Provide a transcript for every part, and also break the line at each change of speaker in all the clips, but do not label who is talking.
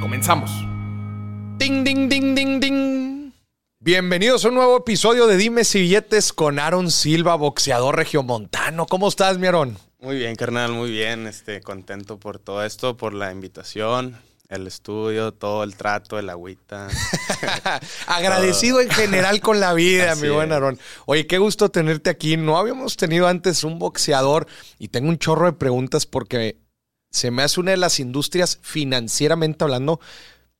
Comenzamos.
Ding, ding, ding, ding, ding. Bienvenidos a un nuevo episodio de Dimes y Billetes con Aaron Silva, boxeador regiomontano. ¿Cómo estás, mi Aaron?
Muy bien, carnal, muy bien. Este, contento por todo esto, por la invitación, el estudio, todo el trato, el agüita.
Agradecido en general con la vida,
Así
mi buen
es.
Aarón. Oye, qué gusto tenerte aquí. No habíamos tenido antes un boxeador y tengo un chorro de preguntas porque se me hace una de las industrias financieramente hablando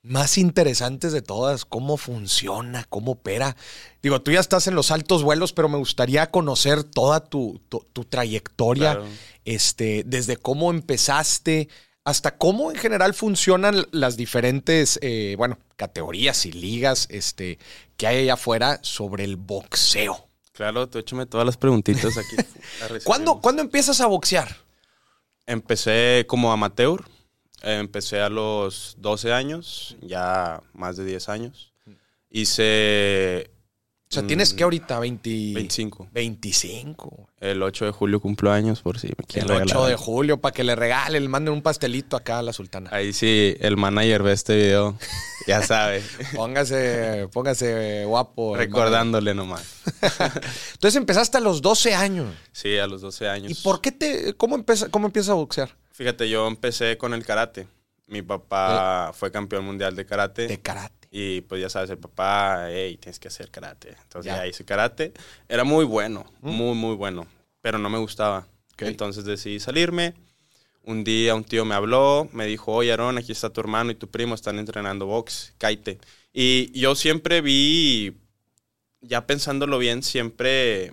más interesantes de todas. ¿Cómo funciona? ¿Cómo opera? Digo, tú ya estás en los altos vuelos, pero me gustaría conocer toda tu, tu- tu trayectoria
Claro.
este, desde cómo empezaste hasta cómo en general funcionan las diferentes, eh, bueno, categorías y ligas este, que hay allá afuera sobre el boxeo.
Claro, tú échame todas las preguntitas aquí. Las recibimos.
¿Cuándo, ¿cuándo empiezas a boxear?
Empecé como amateur. Eh, Empecé a los 12 años, ya más de 10 años. Hice
O sea, tienes
Mm,
que ahorita 20
25.
25.
El 8 de julio cumplo años, por si me
El
quieren
8
regalar.
de julio para que le regalen, le manden un pastelito acá a la sultana.
Ahí sí, el manager ve este video, ya sabe.
Póngase, póngase guapo. hermano.
recordándole nomás.
Entonces empezaste a los 12 años.
Sí, a los 12 años.
¿Y por qué te, cómo, empieza, cómo empiezas a boxear?
Fíjate, yo empecé con el karate. Mi papá fue campeón mundial de karate.
De karate.
Y pues ya sabes, el papá, hey, tienes que hacer karate. Entonces
Ya. Mm.
ya, hice karate. Era muy bueno, muy, muy bueno, pero no me gustaba.
Ok.
Entonces decidí salirme. Un día un tío me habló, me dijo, oye, Aarón, aquí está tu hermano y tu primo, están entrenando box, cáite. Y yo siempre vi, ya pensándolo bien, siempre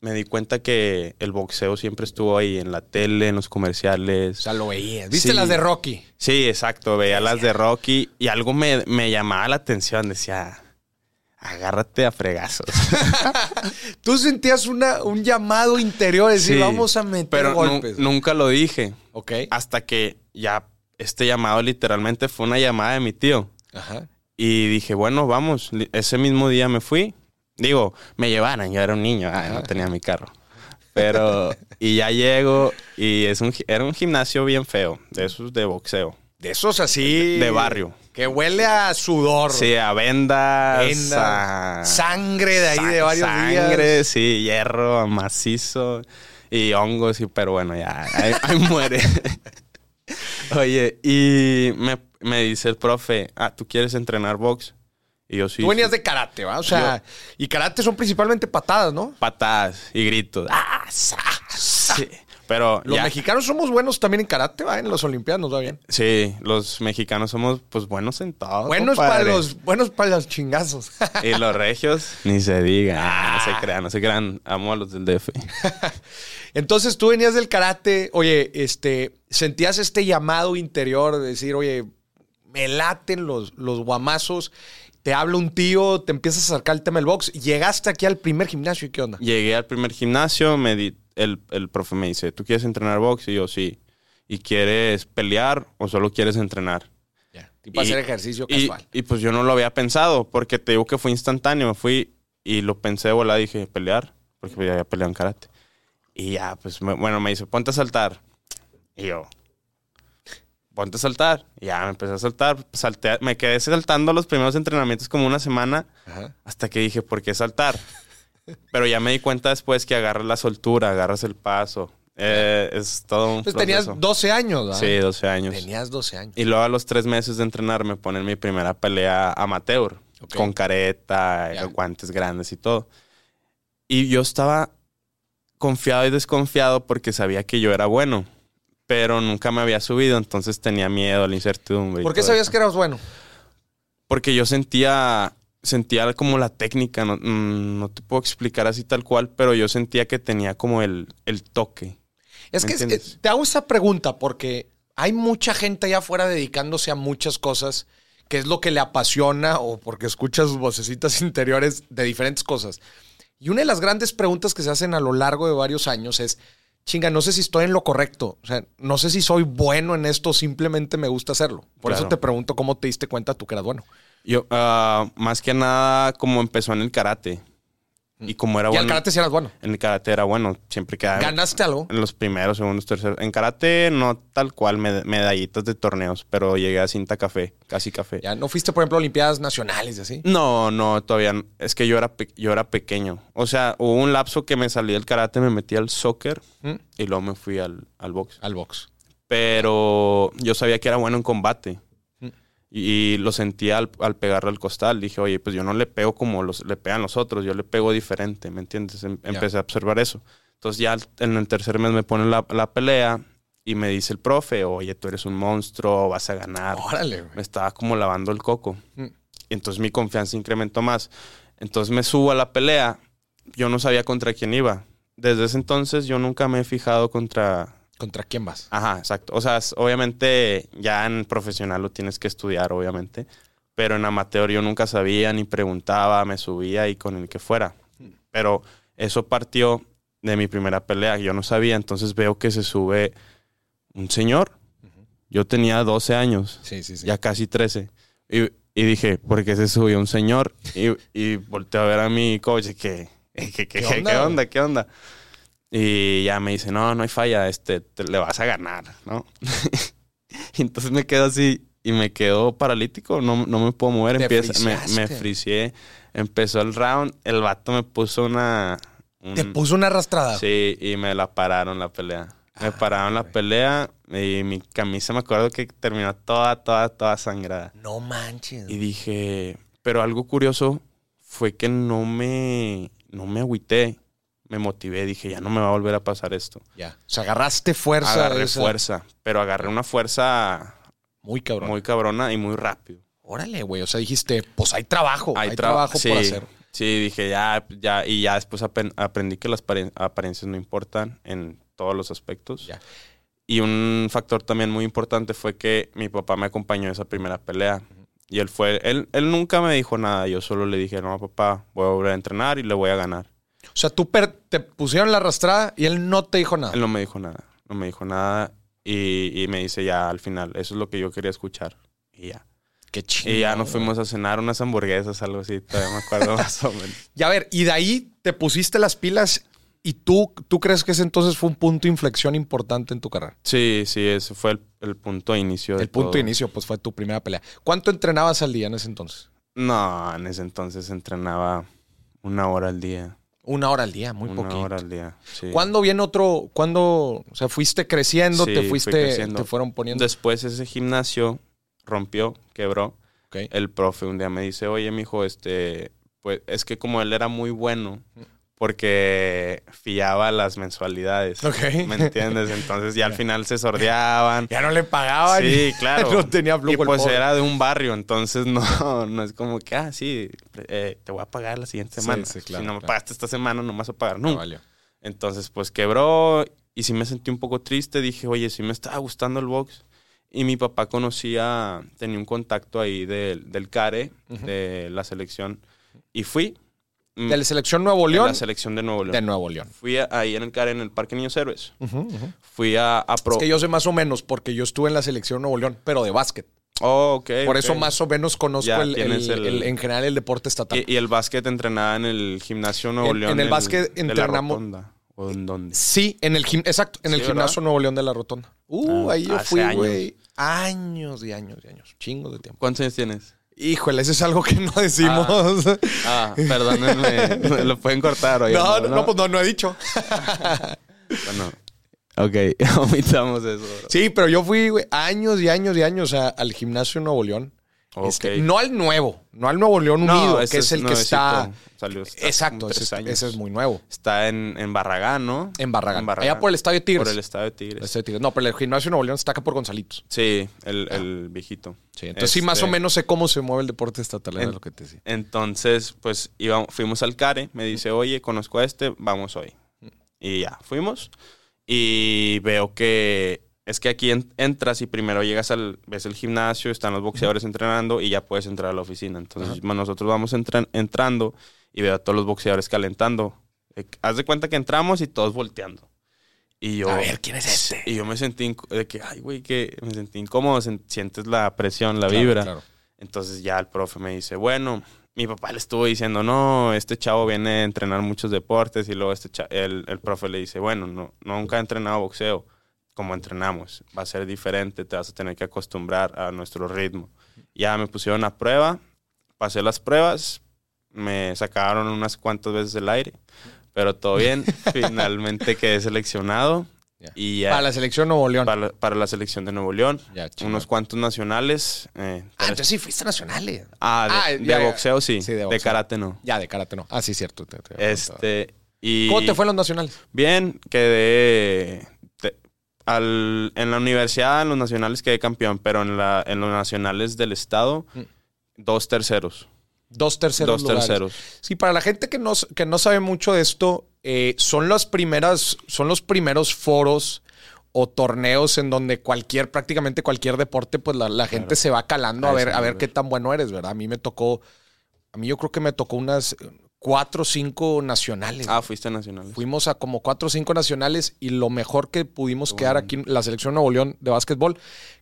me di cuenta que el boxeo siempre estuvo ahí en la tele, en los comerciales.
O sea, lo veías. ¿Viste
Sí.
las de Rocky?
Sí, exacto. Veía las de Rocky y algo me, me llamaba la atención. Decía, agárrate a fregazos.
Tú sentías una, un llamado interior, de decir,
Sí,
vamos a meter
Pero nu-
golpes.
nunca lo dije.
Ok.
Hasta que ya este llamado literalmente fue una llamada de mi tío.
Ajá.
Y dije, bueno, vamos. Li- Ese mismo día me fui. Digo, me llevaran. Yo era un niño. ay, no tenía mi carro. Pero, y ya llego y es un, gi- era un gimnasio bien feo. De esos de boxeo.
De esos así.
De barrio.
Que huele a sudor.
Sí, a vendas.
vendas,
a-
Sangre de ahí de
Sa-
varios
sangre,
días.
sí, hierro, macizo y hongos, y, pero bueno, ya, ahí, ahí muere. Oye, y me, me dice el profe, ah, ¿tú quieres entrenar box? Y yo sí.
Tú venías
sí".
de karate, ¿va? O sea, y karate son principalmente patadas, ¿no?
patadas y gritos. Ah, sa, sa. Sí, pero
Los
ya-
mexicanos somos buenos también en karate, ¿va? En las Olimpiadas nos va bien.
Sí, los mexicanos somos pues buenos en todo.
Buenos para
compadre.
los, buenos para los chingazos.
Y los regios, ni se diga. Ah, No
Ah.
se crean, no se crean. Amo a los del DF.
Entonces tú venías del karate, oye, este, sentías este llamado interior de decir, oye, me laten los, los guamazos, te habla un tío, te empiezas a acercar el tema del box, llegaste aquí al primer gimnasio y qué onda.
Llegué al primer gimnasio, me di- el, el profe me dice, ¿tú quieres entrenar box? Y yo, sí. ¿Y quieres pelear o solo quieres entrenar?
Tipo
Y-
hacer ejercicio
Y,
casual.
y pues yo no lo había pensado, porque te digo que fue instantáneo. Fui y lo pensé de volada, dije, ¿pelear? Porque pues, ya había peleado en karate. Y ya, pues, me- bueno, me dice, ponte a saltar. Y yo, ponte a saltar. Y ya, me empecé a saltar. Salté, me quedé saltando los primeros entrenamientos como una semana.
Ajá.
Hasta que dije, ¿por qué saltar? Pero ya me di cuenta después que agarras la soltura, agarras el paso. Eh, es todo un
Pues tenías ¿eh?
proceso.
12 años, ¿verdad?
Sí, 12 años.
Tenías 12 años.
Y luego a los tres meses de entrenar me ponen mi primera pelea amateur.
Ok.
Con careta,
Ya.
guantes grandes y todo. Y yo estaba confiado y desconfiado porque sabía que yo era bueno. Pero nunca me había subido, entonces tenía miedo, la incertidumbre. y
¿Por qué
todo
sabías
eso.
que eras bueno?
Porque yo sentía, sentía como la técnica, no, mm, no te puedo explicar así tal cual, pero yo sentía que tenía como el, el toque.
Es
¿Me
que es-
entiendes?
eh, te hago esa pregunta porque hay mucha gente allá afuera dedicándose a muchas cosas, que es lo que le apasiona o porque escucha sus vocecitas interiores de diferentes cosas. Y una de las grandes preguntas que se hacen a lo largo de varios años es, chinga, no sé si estoy en lo correcto, o sea, no sé si soy bueno en esto, simplemente me gusta hacerlo. Por eso
Claro.
te pregunto cómo te diste cuenta tú que eras bueno.
Yo, ah, más que nada, como empezó en el karate. Y como era
Mm. y
bueno.
al karate sí eras bueno.
En el karate era bueno, siempre quedaba.
¿Ganaste algo?
En los primeros, segundos, terceros. En karate, no tal cual, med- medallitas de torneos, pero llegué a cinta café, casi café.
¿Ya no fuiste, por ejemplo, a Olimpiadas Nacionales y así?
No, no, todavía. no. Es que yo era, pe- yo era pequeño. O sea, hubo un lapso que me salí del karate, me metí al soccer
¿Mm?
y luego me fui al, al box.
Al box.
Pero yo sabía que era bueno en combate.
¿Mm?
Y lo sentía al, al pegarle al costal. Dije, oye, pues yo no le pego como los, le pegan los otros, yo le pego diferente, ¿me entiendes? Em-
Ya.
Empecé a observar eso. Entonces ya en el tercer mes me ponen la, la pelea y me dice el profe, oye, tú eres un monstruo, vas a ganar.
Órale, güey.
Me estaba como lavando el coco.
Oh. Mm.
Y entonces mi confianza incrementó más. Entonces me subo a la pelea. Yo no sabía contra quién iba. Desde ese entonces yo nunca me he fijado contra...
¿Contra quién vas?
Ajá, exacto. O sea, es- obviamente ya en profesional lo tienes que estudiar, obviamente. Pero en amateur yo nunca sabía, ni preguntaba, me subía y con el que fuera. Pero eso partió de mi primera pelea. Yo no sabía, entonces veo que se sube un señor. Yo tenía 12 años
Sí, sí, sí.
ya casi 13. Y, y dije, ¿por qué se subió un señor? Y, y volteé a ver a mi coach, que, que, que- que- ¿qué,
onda,
onda?
güey?
¿qué onda? Y ya me dice, no, no hay falla, este, te- le vas a ganar, ¿no? y entonces me quedo así y me quedo paralítico, no, no me puedo mover,
Te
empieza, me, me
friseaste.
friseé, empezó el round, el vato me puso una... un-
Te puso una arrastrada.
Sí, y me la pararon la pelea. Me pararon
Ah,
la pelea y mi camisa me acuerdo que terminó toda, toda, toda sangrada.
No manches.
Y dije, pero algo curioso fue que no me, no me agüité. Me motivé, dije, ya no me va a volver a pasar esto.
Ya. O sea, agarraste fuerza.
Agarré
esa-
fuerza, pero agarré una fuerza
Muy cabrón.
muy cabrona y muy rápido.
Órale, güey. O sea, dijiste, pues hay trabajo. Hay,
tra-
trabajo
sí,
por hacer.
Sí, dije, ya, ya, y ya después apen- aprendí que las paren- apariencias no importan en todos los aspectos.
Ya.
Y un factor también muy importante fue que mi papá me acompañó a esa primera pelea. Y él fue, él, él nunca me dijo nada, yo solo le dije, no, papá, voy a volver a entrenar y le voy a ganar.
O sea, tú per- te pusieron la arrastrada y él no te dijo nada.
Él no me dijo nada, no me dijo nada y, y me dice ya al final, eso es lo que yo quería escuchar. Y ya.
Qué chido.
Y ya nos fuimos a cenar unas hamburguesas, algo así, todavía me acuerdo más o menos.
Y a ver, y de ahí te pusiste las pilas y tú, tú crees que ese entonces fue un punto de inflexión importante en tu carrera.
Sí, sí, ese fue el, el punto de inicio. de
El punto
todo.
de inicio, pues fue tu primera pelea. ¿Cuánto entrenabas al día en ese entonces?
No, en ese entonces entrenaba una hora al día.
Una hora al día, muy
una
poquito.
hora al día. sí.
¿Cuándo viene otro? ¿Cuándo? O sea, fuiste creciendo,
Sí,
te
fui
fuiste,
creciendo.
te fueron poniendo.
Después ese gimnasio rompió, quebró.
Ok.
El profe un día me dice, oye, mijo, este, pues es que como él era muy bueno, porque fiaba las mensualidades.
Ok.
¿Me entiendes? Entonces ya al final se sordeaban.
Ya no le pagaban.
Sí, claro.
No tenía
Y
flujo el
pues
pobre.
era de un barrio, entonces no, no es como que, ah, sí, eh, te voy a pagar la siguiente
Sí,
semana.
sí, claro,
si no me
claro.
pagaste esta semana, no me vas a pagar
No
nunca.
valió.
Entonces, pues quebró y sí me sentí un poco triste. Dije, oye, sí me estaba gustando el box. Y mi papá conocía, tenía un contacto ahí del, del CARE, de la selección. Y fui. mm,
De la selección Nuevo
de
León.
la selección de Nuevo León.
De Nuevo León.
Fui a- ahí en el CARE, en el Parque Niños Héroes. Fui a, a pro.
Es que yo sé más o menos porque yo estuve en la selección Nuevo León, pero de básquet.
Oh, ok,
Por
ok.
eso más o menos conozco
Ya
el,
tienes
el-
el-
el- en general el deporte estatal.
Y, y el básquet entrenaba en el gimnasio Nuevo
En- en
León.
el básquet
de la
entrenamos-
Rotonda, ¿O en dónde?
sí, en el gim- exacto, en el
Sí,
gimnasio
¿verdad?
Nuevo León de la Rotonda. Uh,
Ah,
ahí yo
hace
fui,
años.
güey. Años y años y años. Chingo de tiempo.
¿Cuántos años tienes?
Híjole, eso es algo que no decimos.
Ah, perdónenme. lo pueden cortar. oye,
no, no, no, pues no, no he dicho.
Bueno. Ok, omitamos eso. bro.
Sí, pero yo fui güey, años y años y años a- al gimnasio Nuevo León.
Ok.
Este, no al nuevo, no al Nuevo León Unido,
ese
que es el que
nuevecito.
está.
Salió hace
Exacto,
como
ese,
tres años.
ese es muy nuevo.
Está en, en Barragán, ¿no?
En Barragán. Allá por el Estadio Tigres.
Por el Estadio
El
Tigres.
Estadio Tigres. No, pero el gimnasio Nuevo León está acá por Gonzalitos.
Sí, el, el viejito.
Sí, entonces sí, más
Este,
o menos sé cómo se mueve el deporte estatal, era
En-
lo que te decía.
Entonces, pues íbamos, fuimos al CARE, me dice, oye, conozco a este, vamos hoy. Y ya, fuimos. Y veo que Es que aquí en- entras y primero llegas al, ves el gimnasio, están los boxeadores entrenando y ya puedes entrar a la oficina. Entonces ma- nosotros vamos entran- entrando y veo a todos los boxeadores calentando. Eh, Haz de cuenta que entramos y todos volteando. Y yo,
A ver, ¿quién es este?
Y yo me sentí inc- de que, ay, güey, que me sentí incómodo, sen- sientes la presión, la vibra.
Claro,
Entonces ya el profe me dice, bueno, mi papá le estuvo diciendo, no, este chavo viene a entrenar muchos deportes y luego este cha- el, el profe le dice, bueno, no, nunca ha entrenado boxeo como entrenamos, va a ser diferente, te vas a tener que acostumbrar a nuestro ritmo. Ya me pusieron a prueba, pasé las pruebas, me sacaron unas cuantas veces el aire, pero todo bien, finalmente quedé seleccionado
Ya. claro.
y ya
Para la selección Nuevo León.
para la- para la selección de Nuevo León.
Ya, chingón.
Unos cuantos nacionales. eh,
Ah,
tres-
entonces sí fuiste nacionales.
Ah,
Ah,
de,
ya,
de
ya.
boxeo sí.
Sí, de
de,
boxeo.
karate no.
Ya, de karate no. Ah, sí, cierto. te- te había preguntado.
Este. Y
¿Cómo te fue en los nacionales?
Bien, quedé. te- al, en la universidad, en los nacionales quedé campeón, pero en, la, en los nacionales del estado,
Mm.
dos terceros.
Dos terceros
dos
lugares.
terceros.
Sí, para la gente que no, que no sabe mucho de esto, eh, son las primeras, son los primeros foros o torneos en donde cualquier, prácticamente cualquier deporte, pues la, la gente se va calando a
Ahí
ver,
se
a
va a
ver
ver.
qué tan bueno eres, ¿verdad? A mí me tocó, a mí yo creo que me tocó unas eh, cuatro o cinco nacionales.
Ah, fuiste nacionales.
Fuimos a como cuatro o cinco nacionales y lo mejor que pudimos quedar aquí, en la selección Nuevo León de básquetbol,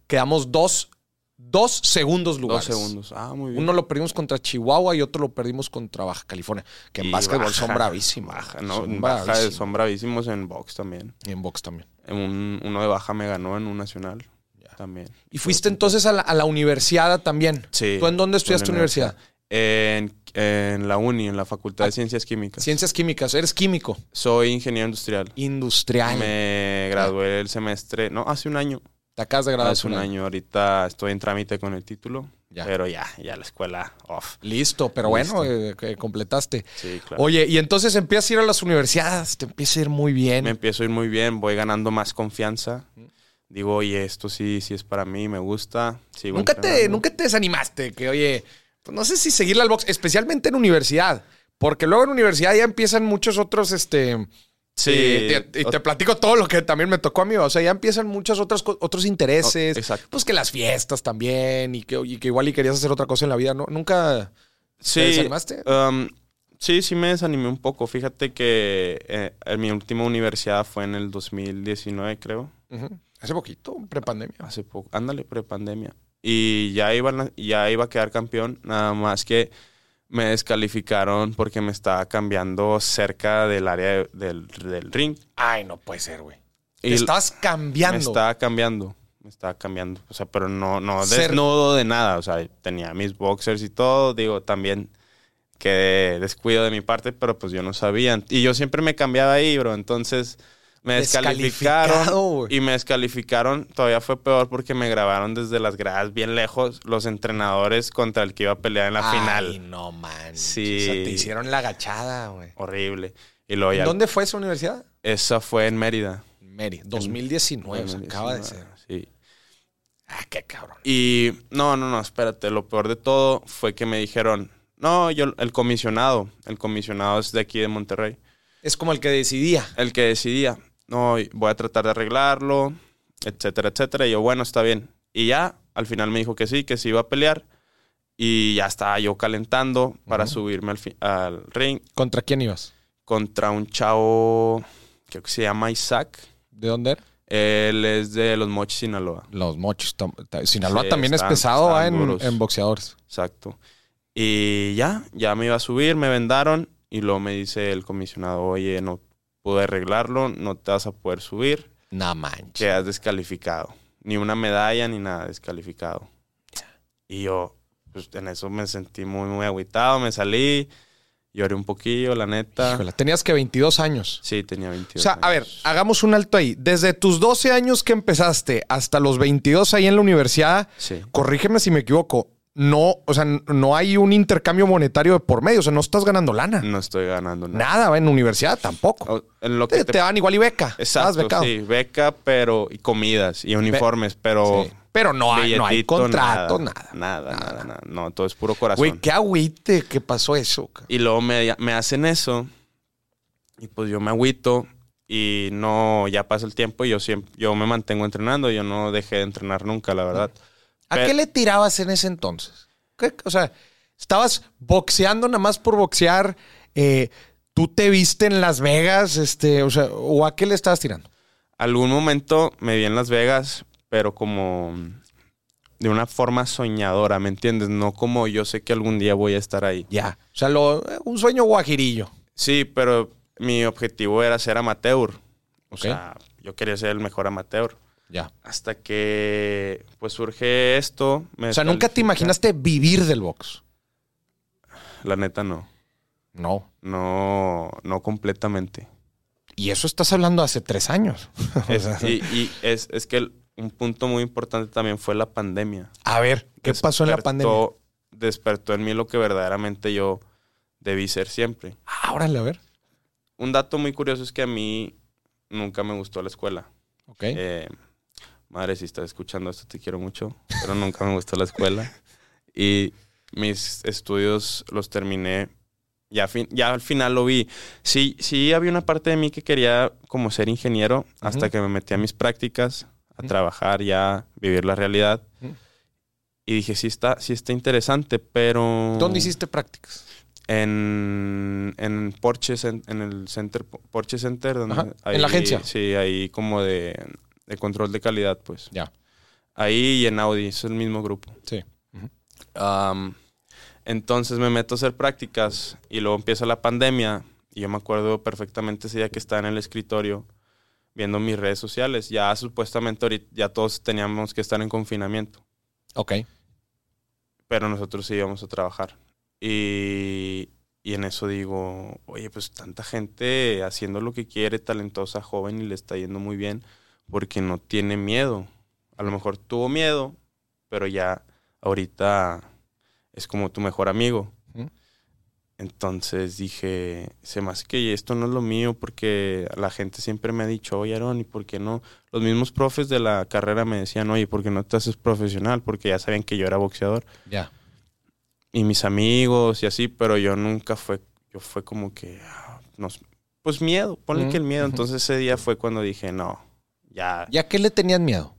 quedamos dos, dos segundos
dos
lugares.
segundos. Ah, muy bien.
Uno lo perdimos contra Chihuahua y otro lo perdimos contra Baja California, que en
Y
básquetbol son
baja,
bravísimos.
Baja, no,
son
baja,
bravísimos.
son bravísimos en box también.
Y en box también.
En un- uno de baja me ganó en un nacional también.
Y fuiste entonces a la, a la universidad también.
Sí.
¿Tú en dónde estudiaste
En la
universidad? Ah,
En, en la uni, en la Facultad de Ciencias Químicas.
Ciencias químicas. Eres químico.
Soy ingeniero industrial.
Industrial.
Me gradué el semestre, no, hace un año.
Te acabas de graduar.
hace un año. Ahorita estoy en trámite con el título.
Ya.
Pero ya, ya la escuela off.
Listo, pero
Listo.
bueno, eh, que completaste.
Sí, claro.
Oye, y entonces empiezas a ir a las universidades, te empieza a ir muy bien.
Me empiezo a ir muy bien, voy ganando más confianza. Digo, oye, esto sí, sí es para mí, me gusta. Sigo
Nunca te,
entrenando.
nunca te desanimaste, que oye, pues no sé si seguirle al box, especialmente en universidad, porque luego en universidad ya empiezan muchos otros, este,
Sí.
y te, y te platico todo lo que también me tocó a mí, o sea, ya empiezan muchos otros, otros intereses,
Oh, exacto.
pues que las fiestas también, y que, y que igual y querías hacer otra cosa en la vida, ¿no? Nunca
Sí,
te desanimaste.
um, sí, sí me desanimé un poco. Fíjate que eh, en mi última universidad fue en el 2019, creo.
Ujú. Hace poquito, prepandemia.
Hace poco. Ándale, prepandemia. Y ya iba, na- ya iba a quedar campeón, nada más que me descalificaron porque me estaba cambiando cerca del área de- del, del ring.
Ay, no puede ser, güey.
Y
Te estabas
me
cambiando.
estaba cambiando. Me estaba cambiando. O sea, pero no, no
Cer-
desnudo de nada. O sea, tenía mis boxers y todo. Digo, también que descuido de mi parte, pero pues yo no sabía. Y yo siempre me cambiaba ahí, bro. Entonces me
Descalificado,
descalificaron.
güey.
Y me descalificaron. Todavía fue peor porque me grabaron desde las gradas bien lejos los entrenadores contra el que iba a pelear en la
Ay,
final.
no man.
Sí.
te hicieron la agachada, güey.
Horrible. Y luego
¿En
ya.
¿Dónde fue esa universidad?
Esa fue en Mérida.
Mary, 2019, o sea, pues, acaba de ser.
Sí.
Ah, qué cabrón.
Y no, no, no, espérate, lo peor de todo fue que me dijeron, no, yo, el comisionado, el comisionado es de aquí de Monterrey,
Es como el que decidía.
el que decidía, no, y voy a tratar de arreglarlo, etcétera, etcétera. Y yo, bueno, está bien. Y ya, al final me dijo que sí, que sí iba a pelear. Y ya estaba yo calentando para subirme al, fi- al ring
¿Contra quién ibas?
contra un chavo, creo que se llama Isaac.
¿De dónde era?
Él es de Los Mochis, Sinaloa.
Los mochos. tam- ta- Sinaloa
Sí,
también
están-
es pesado
están
ah, en,
duros.
en boxeadores.
Exacto. Y ya, ya me iba a subir, me vendaron y luego me dice el comisionado, oye, no pude arreglarlo, no te vas a poder subir,
No manches.
quedas descalificado. Ni una medalla ni nada, descalificado. Y yo, pues en eso me sentí muy, muy agüitado, me salí, lloré un poquillo, la neta.
Híjole, tenías que 22 años.
Sí, tenía 22
O sea, a ver,
años.
hagamos un alto ahí. Desde tus 12 años que empezaste hasta los 22 ahí en la universidad,
Sí.
corrígeme si me equivoco, no, o sea, n- no hay un intercambio monetario de por medio, o sea, no estás ganando lana.
No estoy ganando nada.
Nada, en universidad tampoco.
O- En lo que
te,
te-
te daban igual y beca. Estabas
Exacto,
becado.
sí, beca, pero... Y comidas y uniformes, pero...
Sí. Pero no hay, Ah, no hay
billetito,
contrato, nada.
Nada, nada, nada, No, todo es puro corazón.
Güey, qué agüite que pasó eso. ca-
Y luego me, me hacen eso. Y pues yo me agüito. y no, ya pasa el tiempo y yo siempre, yo me mantengo entrenando, yo no dejé de entrenar nunca, la verdad.
¿A
Pero-
qué le tirabas en ese entonces? ¿Qué- o sea, estabas boxeando nada más por boxear. eh, Tú te viste en Las Vegas, este, o sea, ¿o a qué le estabas tirando?
Algún momento me vi en Las Vegas, pero como de una forma soñadora, ¿me entiendes? No como yo sé que algún día voy a estar ahí.
Ya. O sea, lo- eh, un sueño guajirillo.
Sí, pero mi objetivo era ser amateur. O
Ok.
sea, yo quería ser el mejor amateur.
Ya.
Hasta que pues surge esto. me
O sea, nunca te
descalifican.
imaginaste vivir del box.
La neta no.
No.
No, no completamente.
Y eso estás hablando hace tres años. O
Es-
sea,
y y es, es que el- un punto muy importante también fue la pandemia.
a ver, ¿qué pasó en la
Despertó-
pandemia?
Despertó en mí lo que verdaderamente yo debí ser siempre.
Ah, Órale, a ver.
Un dato muy curioso es que a mí nunca me gustó la escuela.
Ok.
Eh, madre, si estás escuchando esto, te quiero mucho, pero nunca me gustó la escuela. Y mis estudios los terminé. Ya, fin- ya al final lo vi. Sí, sí había una parte de mí que quería como ser ingeniero hasta
Ujú.
que me metí a mis prácticas, a
Ujú.
trabajar ya, vivir la realidad.
Ujú.
Y dije, sí está, sí está interesante, pero...
¿Dónde hiciste prácticas?
En, en Porsche, Cen- en el Center, Porsche Center. donde-
Ajá, en la agencia.
Sí, ahí como de, de control de calidad, pues.
Ya.
Ahí y en Audi, es el mismo grupo.
Sí.
Am, entonces me meto a hacer prácticas y luego empieza la pandemia. Y yo me acuerdo perfectamente ese día que estaba en el escritorio viendo mis redes sociales. Ya supuestamente ahorita, ya todos teníamos que estar en confinamiento
Ok.
pero nosotros sí íbamos a trabajar. Y, y en eso digo, oye, pues tanta gente haciendo lo que quiere, talentosa, joven y le está yendo muy bien, porque no tiene miedo. A lo mejor tuvo miedo, pero ya ahorita es como tu mejor amigo.
Ujú.
Entonces dije, se más que esto no es lo mío porque la gente siempre me ha dicho, oye Aaron, ¿y por qué no? Los mismos profes de la carrera me decían, oye, ¿por qué no te haces profesional? Porque ya sabían que yo era boxeador
Ya.
y mis amigos y así, pero yo nunca fue, yo fue como que, ah, nos, pues miedo, ponle
Mm,
que el miedo.
ujú.
Entonces ese día fue cuando dije, no, ya,
¿Y a qué le tenías miedo?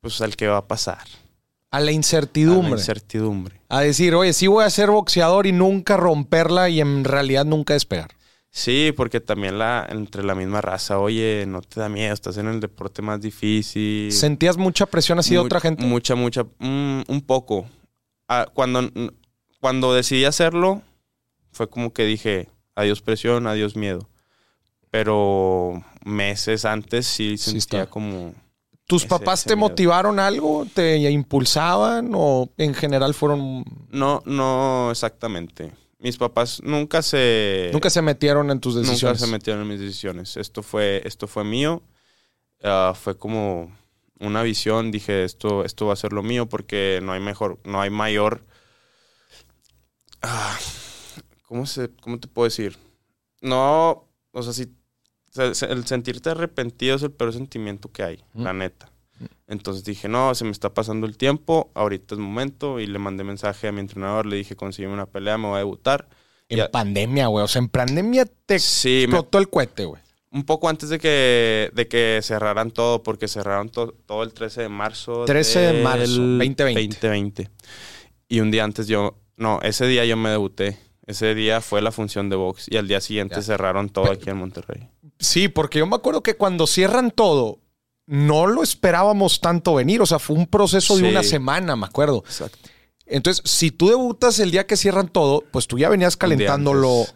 pues al que va a pasar.
A la
A la
incertidumbre.
incertidumbre.
a decir, oye, sí voy a ser boxeador y nunca romperla y en realidad nunca despegar.
Sí, porque también la, entre la misma raza, oye, no te da miedo, estás en el deporte más difícil.
¿Sentías mucha presión así de
Mu-
otra gente?
Mucha, mucha, mm, un poco. Ah, cuando, cuando decidí hacerlo, fue como que dije, adiós presión, adiós miedo. Pero meses antes sí
Sí
sentía
está.
como...
¿Tus
ese-
papás
ese
te
miedo.
motivaron algo? ¿Te impulsaban? ¿O en general fueron...
No, no exactamente. Mis papás nunca se...
nunca se metieron en tus
Eh, nunca
decisiones?
se metieron en mis decisiones. Esto fue, esto fue mío. Ah, fue como una visión. Dije, esto, esto va a ser lo mío porque no hay mejor, no hay mayor. Ah, ¿cómo, se, ¿Cómo te puedo decir? No, o sea, si, se- se- el sentirte arrepentido es el peor sentimiento que hay,
Mm.
la neta. Entonces dije, no, se me está pasando el tiempo, ahorita es momento. Y le mandé mensaje a mi entrenador, le dije, consígueme una pelea, me voy a debutar.
En
Ya-
pandemia, güey. O sea, en pandemia te
Sí, me
explotó el cohete, güey.
un poco antes de que, de que cerraran todo, porque cerraron to- todo el 13 de marzo.
13 de marzo,
del
2020.
2020. Y un día antes yo, no, ese día yo me debuté. Ese día fue la función de box y al día siguiente
Ya.
cerraron todo aquí en Monterrey.
Sí, porque yo me acuerdo que cuando cierran todo, no lo esperábamos tanto venir. O sea, fue un proceso de
Sí.
una semana, me acuerdo.
Exacto.
Entonces, si tú debutas el día que cierran todo, pues tú ya venías calentándolo.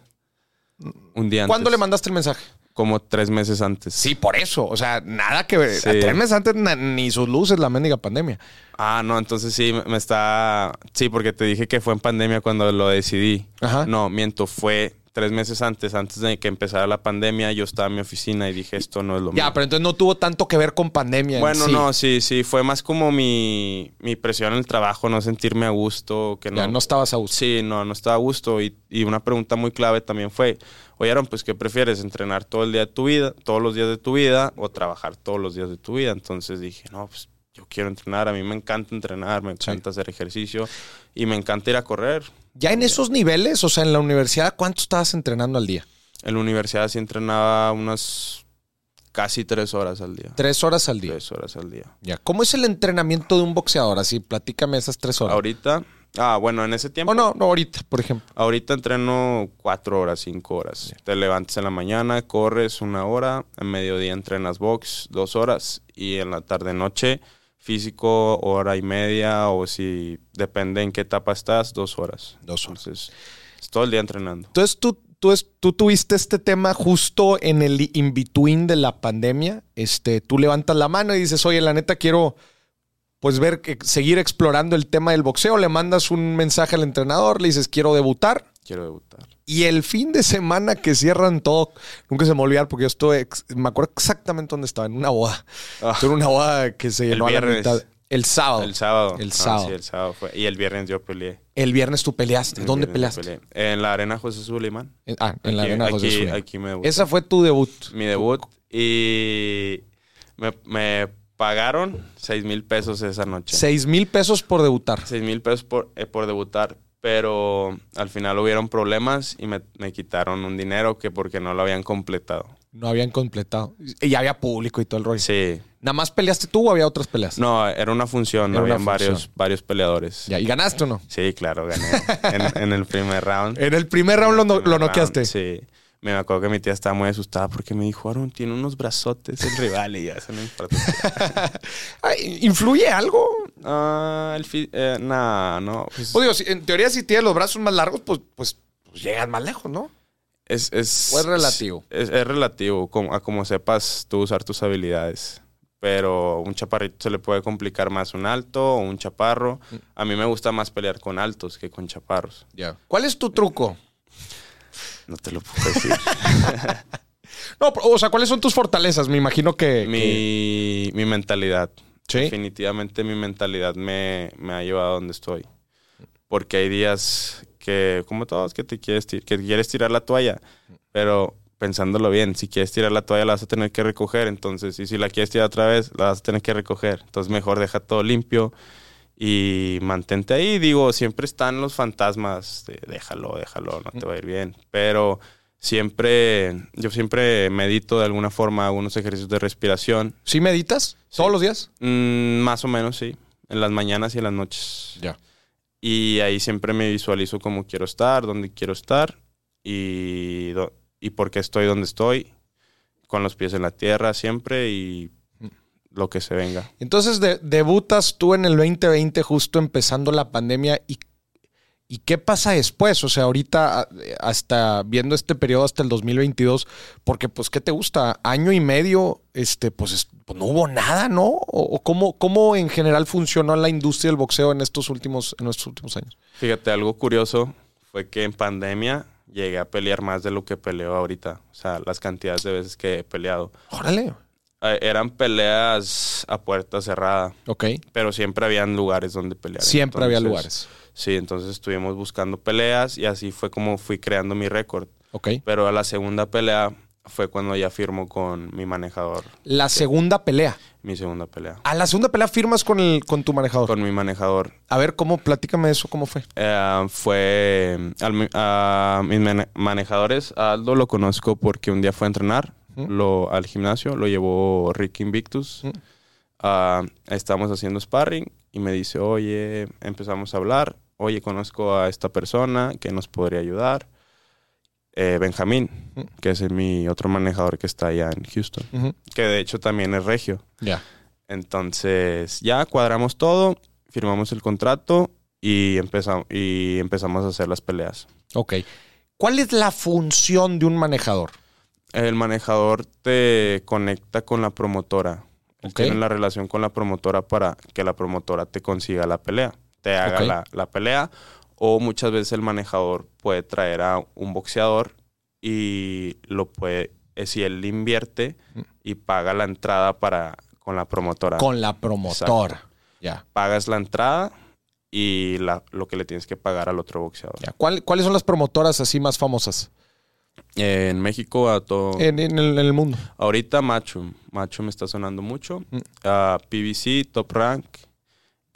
Un día antes.
¿Cuándo le mandaste el mensaje?
Como tres meses antes.
Sí, por eso. O sea, nada que ver.
Sí.
A Tres meses antes na- ni sus luces, la mendiga pandemia.
Ah, no, entonces sí, me- me está... Sí, porque te dije que fue en pandemia cuando lo decidí.
Ajá.
No, miento, fue tres meses antes, antes de que empezara la pandemia, yo estaba en mi oficina y dije, esto no es lo mío.
Ya, pero entonces no tuvo tanto que ver con pandemia. en
Bueno,
sí.
no, sí, sí. Fue más como mi, mi presión en el trabajo, no sentirme a gusto, que no.
Ya no estabas a gusto.
Sí, no, no estaba a gusto. Y, y una pregunta muy clave también fue, oye, Aaron, pues, ¿qué prefieres? ¿Entrenar todo el día de tu vida, todos los días de tu vida o trabajar todos los días de tu vida? Entonces dije, no, pues, yo quiero entrenar. A mí me encanta entrenar, me encanta hacer ejercicio y me encanta ir a correr.
Ya en esos niveles, o sea, en la universidad, ¿cuánto estabas entrenando al día?
En la universidad sí entrenaba unas casi tres horas al día.
Tres horas al día.
Tres horas al día.
Ya. ¿Cómo es el entrenamiento de un boxeador? Así, platícame esas tres horas.
Ahorita, ah, bueno, en ese tiempo.
O no, no, ahorita, por ejemplo.
Ahorita entreno cuatro horas, cinco horas. Te levantas en la mañana, corres una hora, en mediodía entrenas box dos horas y en la tarde noche físico hora y media o si depende en qué etapa estás dos horas.
Dos horas.
Entonces, es todo el día entrenando.
Entonces tú, tú, es- tú tuviste este tema justo en el in-between de la pandemia. Este, tú levantas la mano y dices, oye, la neta quiero pues ver, que- seguir explorando el tema del boxeo. Le mandas un mensaje al entrenador, le dices, quiero debutar.
Quiero debutar.
Y el fin de semana que cierran todo, nunca se me va a olvidar porque yo estuve, ex- me acuerdo exactamente dónde estaba, en una boda.
Ah.
Estuve en una boda que se
El
llenó a la
viernes.
mitad. El sábado.
El sábado.
El
Ah,
sábado.
sí, el sábado fue. Y el viernes yo peleé.
El viernes tú peleaste.
El
¿Dónde
viernes yo
peleaste?
peleé. En la Arena José Sulimán.
En- Ah, en la
Aquí-
arena José
aquí-
Zulia.
aquí me debuté.
Esa fue tu debut.
Mi debut. Y me, me pagaron seis mil pesos esa noche.
Seis mil pesos por debutar.
Seis mil pesos por, eh, por debutar. Pero al final hubieron problemas y me, me quitaron un dinero que porque no lo habían completado.
No habían completado. Y había público y todo el rollo.
Sí.
¿Nada más peleaste tú o había otras peleas?
No, era una función.
Era una
habían varios,
función.
varios peleadores.
Ya, ¿Y ganaste o no?
Sí, claro, gané. en, en el primer round.
En el primer round lo, no-
Primer
lo noqueaste.
round, Este, Sí. Me acuerdo que mi tía estaba muy asustada porque me dijo, Aaron, tiene unos brazotes el rival y ya, eso no importa.
Ay, ¿Influye algo?
Ah, el fi- eh, nah, no. pues,
Pues digo, si- en teoría, si tienes los brazos más largos, pues, pues, pues llegan más lejos, ¿no?
es, es,
¿O es relativo?
Es, es relativo como, a como sepas tú usar tus habilidades. Pero un chaparrito se le puede complicar más un alto o un chaparro.
Mm.
A mí me gusta más pelear con altos que con chaparros.
¿Cuál es tu truco?
No te lo puedo decir.
No, pero, o sea, ¿cuáles son tus fortalezas? Me imagino que. que-
mi, mi mentalidad.
Sí.
Definitivamente mi mentalidad me, me ha llevado a donde estoy. Porque hay días que, como todos, que te quieres, tir- que quieres tirar la toalla. Pero pensándolo bien, si quieres tirar la toalla la vas a tener que recoger. Entonces, y si la quieres tirar otra vez, la vas a tener que recoger. Entonces, mejor deja todo limpio y mantente ahí. Digo, siempre están los fantasmas. de, déjalo, déjalo, no te va a ir bien. Pero siempre, yo siempre medito de alguna forma algunos ejercicios de respiración.
¿Sí meditas? ¿Todos los días?
Mm, más o menos, sí. En las mañanas y en las noches.
Ya.
Y ahí siempre me visualizo cómo quiero estar, dónde quiero estar y, do- y por qué estoy donde estoy. Con los pies en la tierra siempre y lo que se venga.
Entonces de- debutas tú en el 2020, justo empezando la pandemia. ¿Y, y qué pasa después? O sea, ahorita a- hasta viendo este periodo hasta el 2022, porque pues, ¿qué te gusta? Año y medio, este, pues, es- pues, no hubo nada, ¿no? ¿O, o cómo, cómo en general funcionó la industria del boxeo en estos últimos, en estos últimos años?
Fíjate, algo curioso fue que en pandemia llegué a pelear más de lo que peleo ahorita. O sea, las cantidades de veces que he peleado.
Órale.
Eh, eran peleas a puerta cerrada,
Ok.
pero siempre habían lugares donde pelear.
Siempre había
Entonces,
lugares.
Sí, entonces estuvimos buscando peleas y así fue como fui creando mi récord.
Ok.
Pero a la segunda pelea fue cuando ya firmo con mi manejador,
La segunda pelea.
mi segunda pelea.
A la segunda pelea firmas con, el, con tu manejador.
Con mi manejador.
A ver, ¿cómo? Platícame eso, ¿cómo fue?
Eh, fue al mi- a mis mane- manejadores. A Aldo lo conozco porque un día fue a entrenar lo, al gimnasio, lo llevó Rick Invictus. Ah, estábamos haciendo sparring y me dice, oye, empezamos a hablar, oye, conozco a esta persona que nos podría ayudar. Eh, Benjamín, que es mi otro manejador que está allá en Houston,
Ujú.
que de hecho también es regio.
Ya.
Entonces, ya cuadramos todo, firmamos el contrato y, empezamos, y empezamos a hacer las peleas.
Ok. ¿Cuál es la función de un manejador?
El manejador te conecta con la promotora. Él
Ok.
Tiene la relación con la promotora para que la promotora te consiga la pelea, te haga
Ok.
la, la pelea. O muchas veces el manejador puede traer a un boxeador y lo puede, eh, si él invierte y paga la entrada para con la promotora.
Mm. Con la promotora. Ya.
Pagas la entrada y la- lo que le tienes que pagar al otro boxeador.
ya. ¿Cuál- ¿Cuáles son las promotoras así más famosas
Eh, en México a todo...
en, en el, en el mundo? Mm.
Ahorita Machum. Machum está sonando mucho. Ah, PBC, Top Rank.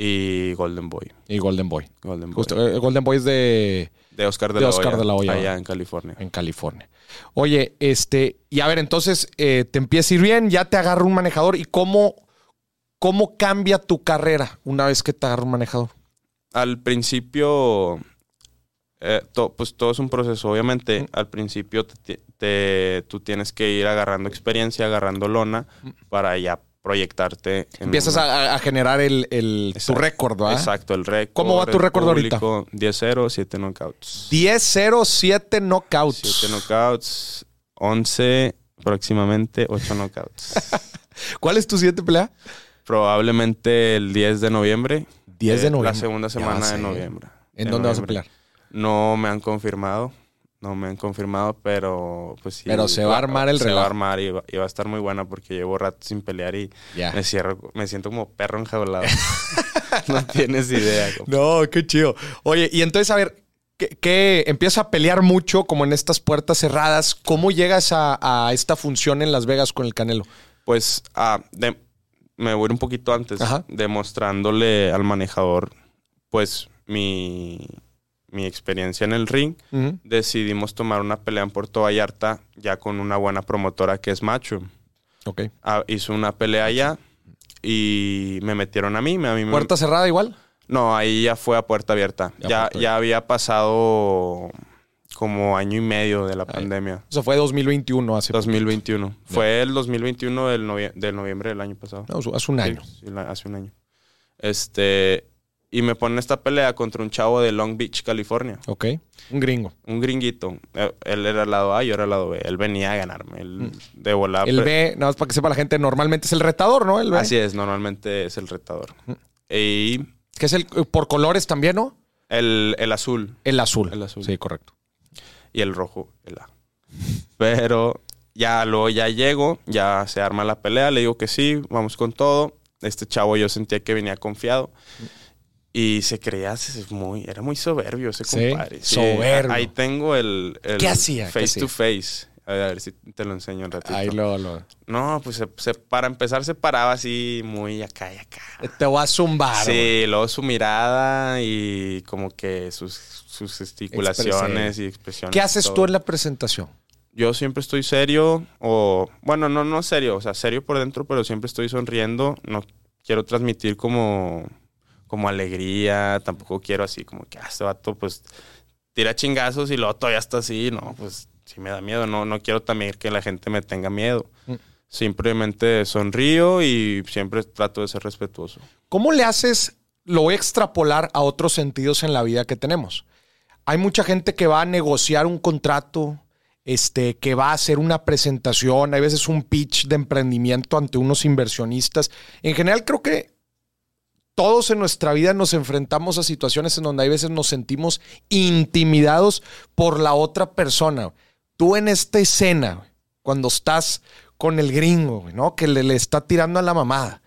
y Golden Boy.
Y Golden Boy.
Golden Boy.
Justo, eh, Golden Boy es de,
de Oscar de,
de
la
Oscar
Hoya,
de la Hoya.
Allá en California.
en California. Oye, este, y a ver, entonces eh, te empieza a ir bien, ya te agarra un manejador. ¿Y cómo, cómo cambia tu carrera una vez que te agarra un manejador?
Al principio, eh, to- pues todo es un proceso,
Mm.
obviamente. Al principio te ti- te- tú tienes que ir agarrando experiencia, agarrando lona, para ya proyectarte. en
Mm. Empiezas
una-
a, a generar el, el- tu
Exacto.
récord, ¿verdad?
Exacto, el récord.
¿Cómo va tu
el
récord ahorita?
público, 10-0, 7 knockouts.
10-0, 7 knockouts.
7 knockouts, 11 próximamente, 8 knockouts.
¿Cuál es tu siguiente pelea?
Probablemente el 10 de noviembre.
10 de
eh,
noviembre.
La segunda
Ya
semana
sé.
de noviembre.
¿En
de
dónde vas a
noviembre.
pelear?
No me han confirmado. No me han confirmado, pero pues sí.
Pero se va a armar el
se
relajo.
va a armar y va, y va a estar muy buena porque llevo rato sin pelear y
Ya.
me cierro, me siento como perro enjaulado. no tienes idea. compa.
No, qué chido. Oye, y entonces, a ver, que, que empieza a pelear mucho como en estas puertas cerradas. ¿Cómo llegas a, a esta función en Las Vegas con el Canelo?
Pues ah, de- me voy a ir un poquito antes,
Ajá.
demostrándole al manejador pues mi, mi experiencia en el ring.
Ujú.
Decidimos tomar una pelea en Puerto Vallarta ya con una buena promotora que es Matchroom.
Ok.
Ah, hizo una pelea allá y me metieron a mí. me- A mí me-
¿Puerta cerrada igual?
No, ahí ya fue a puerta abierta.
Ya
Ya,
puerta
ya había pasado como año y medio de la
Ahí.
pandemia.
Eso fue 2021, hace,
2021. Fue el 2021 del, novie- del noviembre del año pasado.
no, hace un
Sí,
año.
sí, la- hace un año. Este. Y me ponen esta pelea contra un chavo de Long Beach, California.
Ok. Un gringo.
Un gringuito. Eh, Él era el lado A, yo era el lado B. Él venía a ganarme. Él de volada.
Mm. el
pre-
B, nada más para que sepa la gente, normalmente es el retador, ¿no? El B. Mm.
Así es, normalmente es el retador. Y
Que es el eh, por colores también, ¿no?
el, el azul
El azul.
El azul.
Sí, correcto.
y el rojo, el A. Pero ya luego ya llego, ya se arma la pelea, le digo que sí, vamos con todo. Este chavo yo sentía que venía confiado. Y se creía, se- se- muy, era muy soberbio ese
Sí,
compadre.
soberbio.
Ahí tengo el, el
¿Qué hacía? ¿Qué
face
hacía?
to face. A ver, a ver si te lo enseño un ratito.
Ahí lo, lo-
No, pues se- se- para empezar se paraba así muy acá y acá.
Te voy a zumbar. güey.
Sí, luego su mirada y como que sus, sus gesticulaciones y expresiones.
¿Qué haces
todo.
tú en la presentación?
Yo siempre estoy serio o... Bueno, no, no serio, o sea, serio por dentro, pero siempre estoy sonriendo. No quiero transmitir como, como alegría, tampoco quiero así como que ah, este vato pues tira chingazos y luego todavía está así, no, pues sí me da miedo, no, no quiero también que la gente me tenga miedo.
Mm.
Simplemente sonrío y siempre trato de ser respetuoso.
¿Cómo le haces? Lo voy a extrapolar a otros sentidos en la vida que tenemos. Hay mucha gente que va a negociar un contrato, este, que va a hacer una presentación, hay veces un pitch de emprendimiento ante unos inversionistas. En general, creo que todos en nuestra vida nos enfrentamos a situaciones en donde hay veces nos sentimos intimidados por la otra persona. Tú en esta escena, güey, cuando estás con el gringo, güey, ¿no? Que le, le está tirando a la mamada.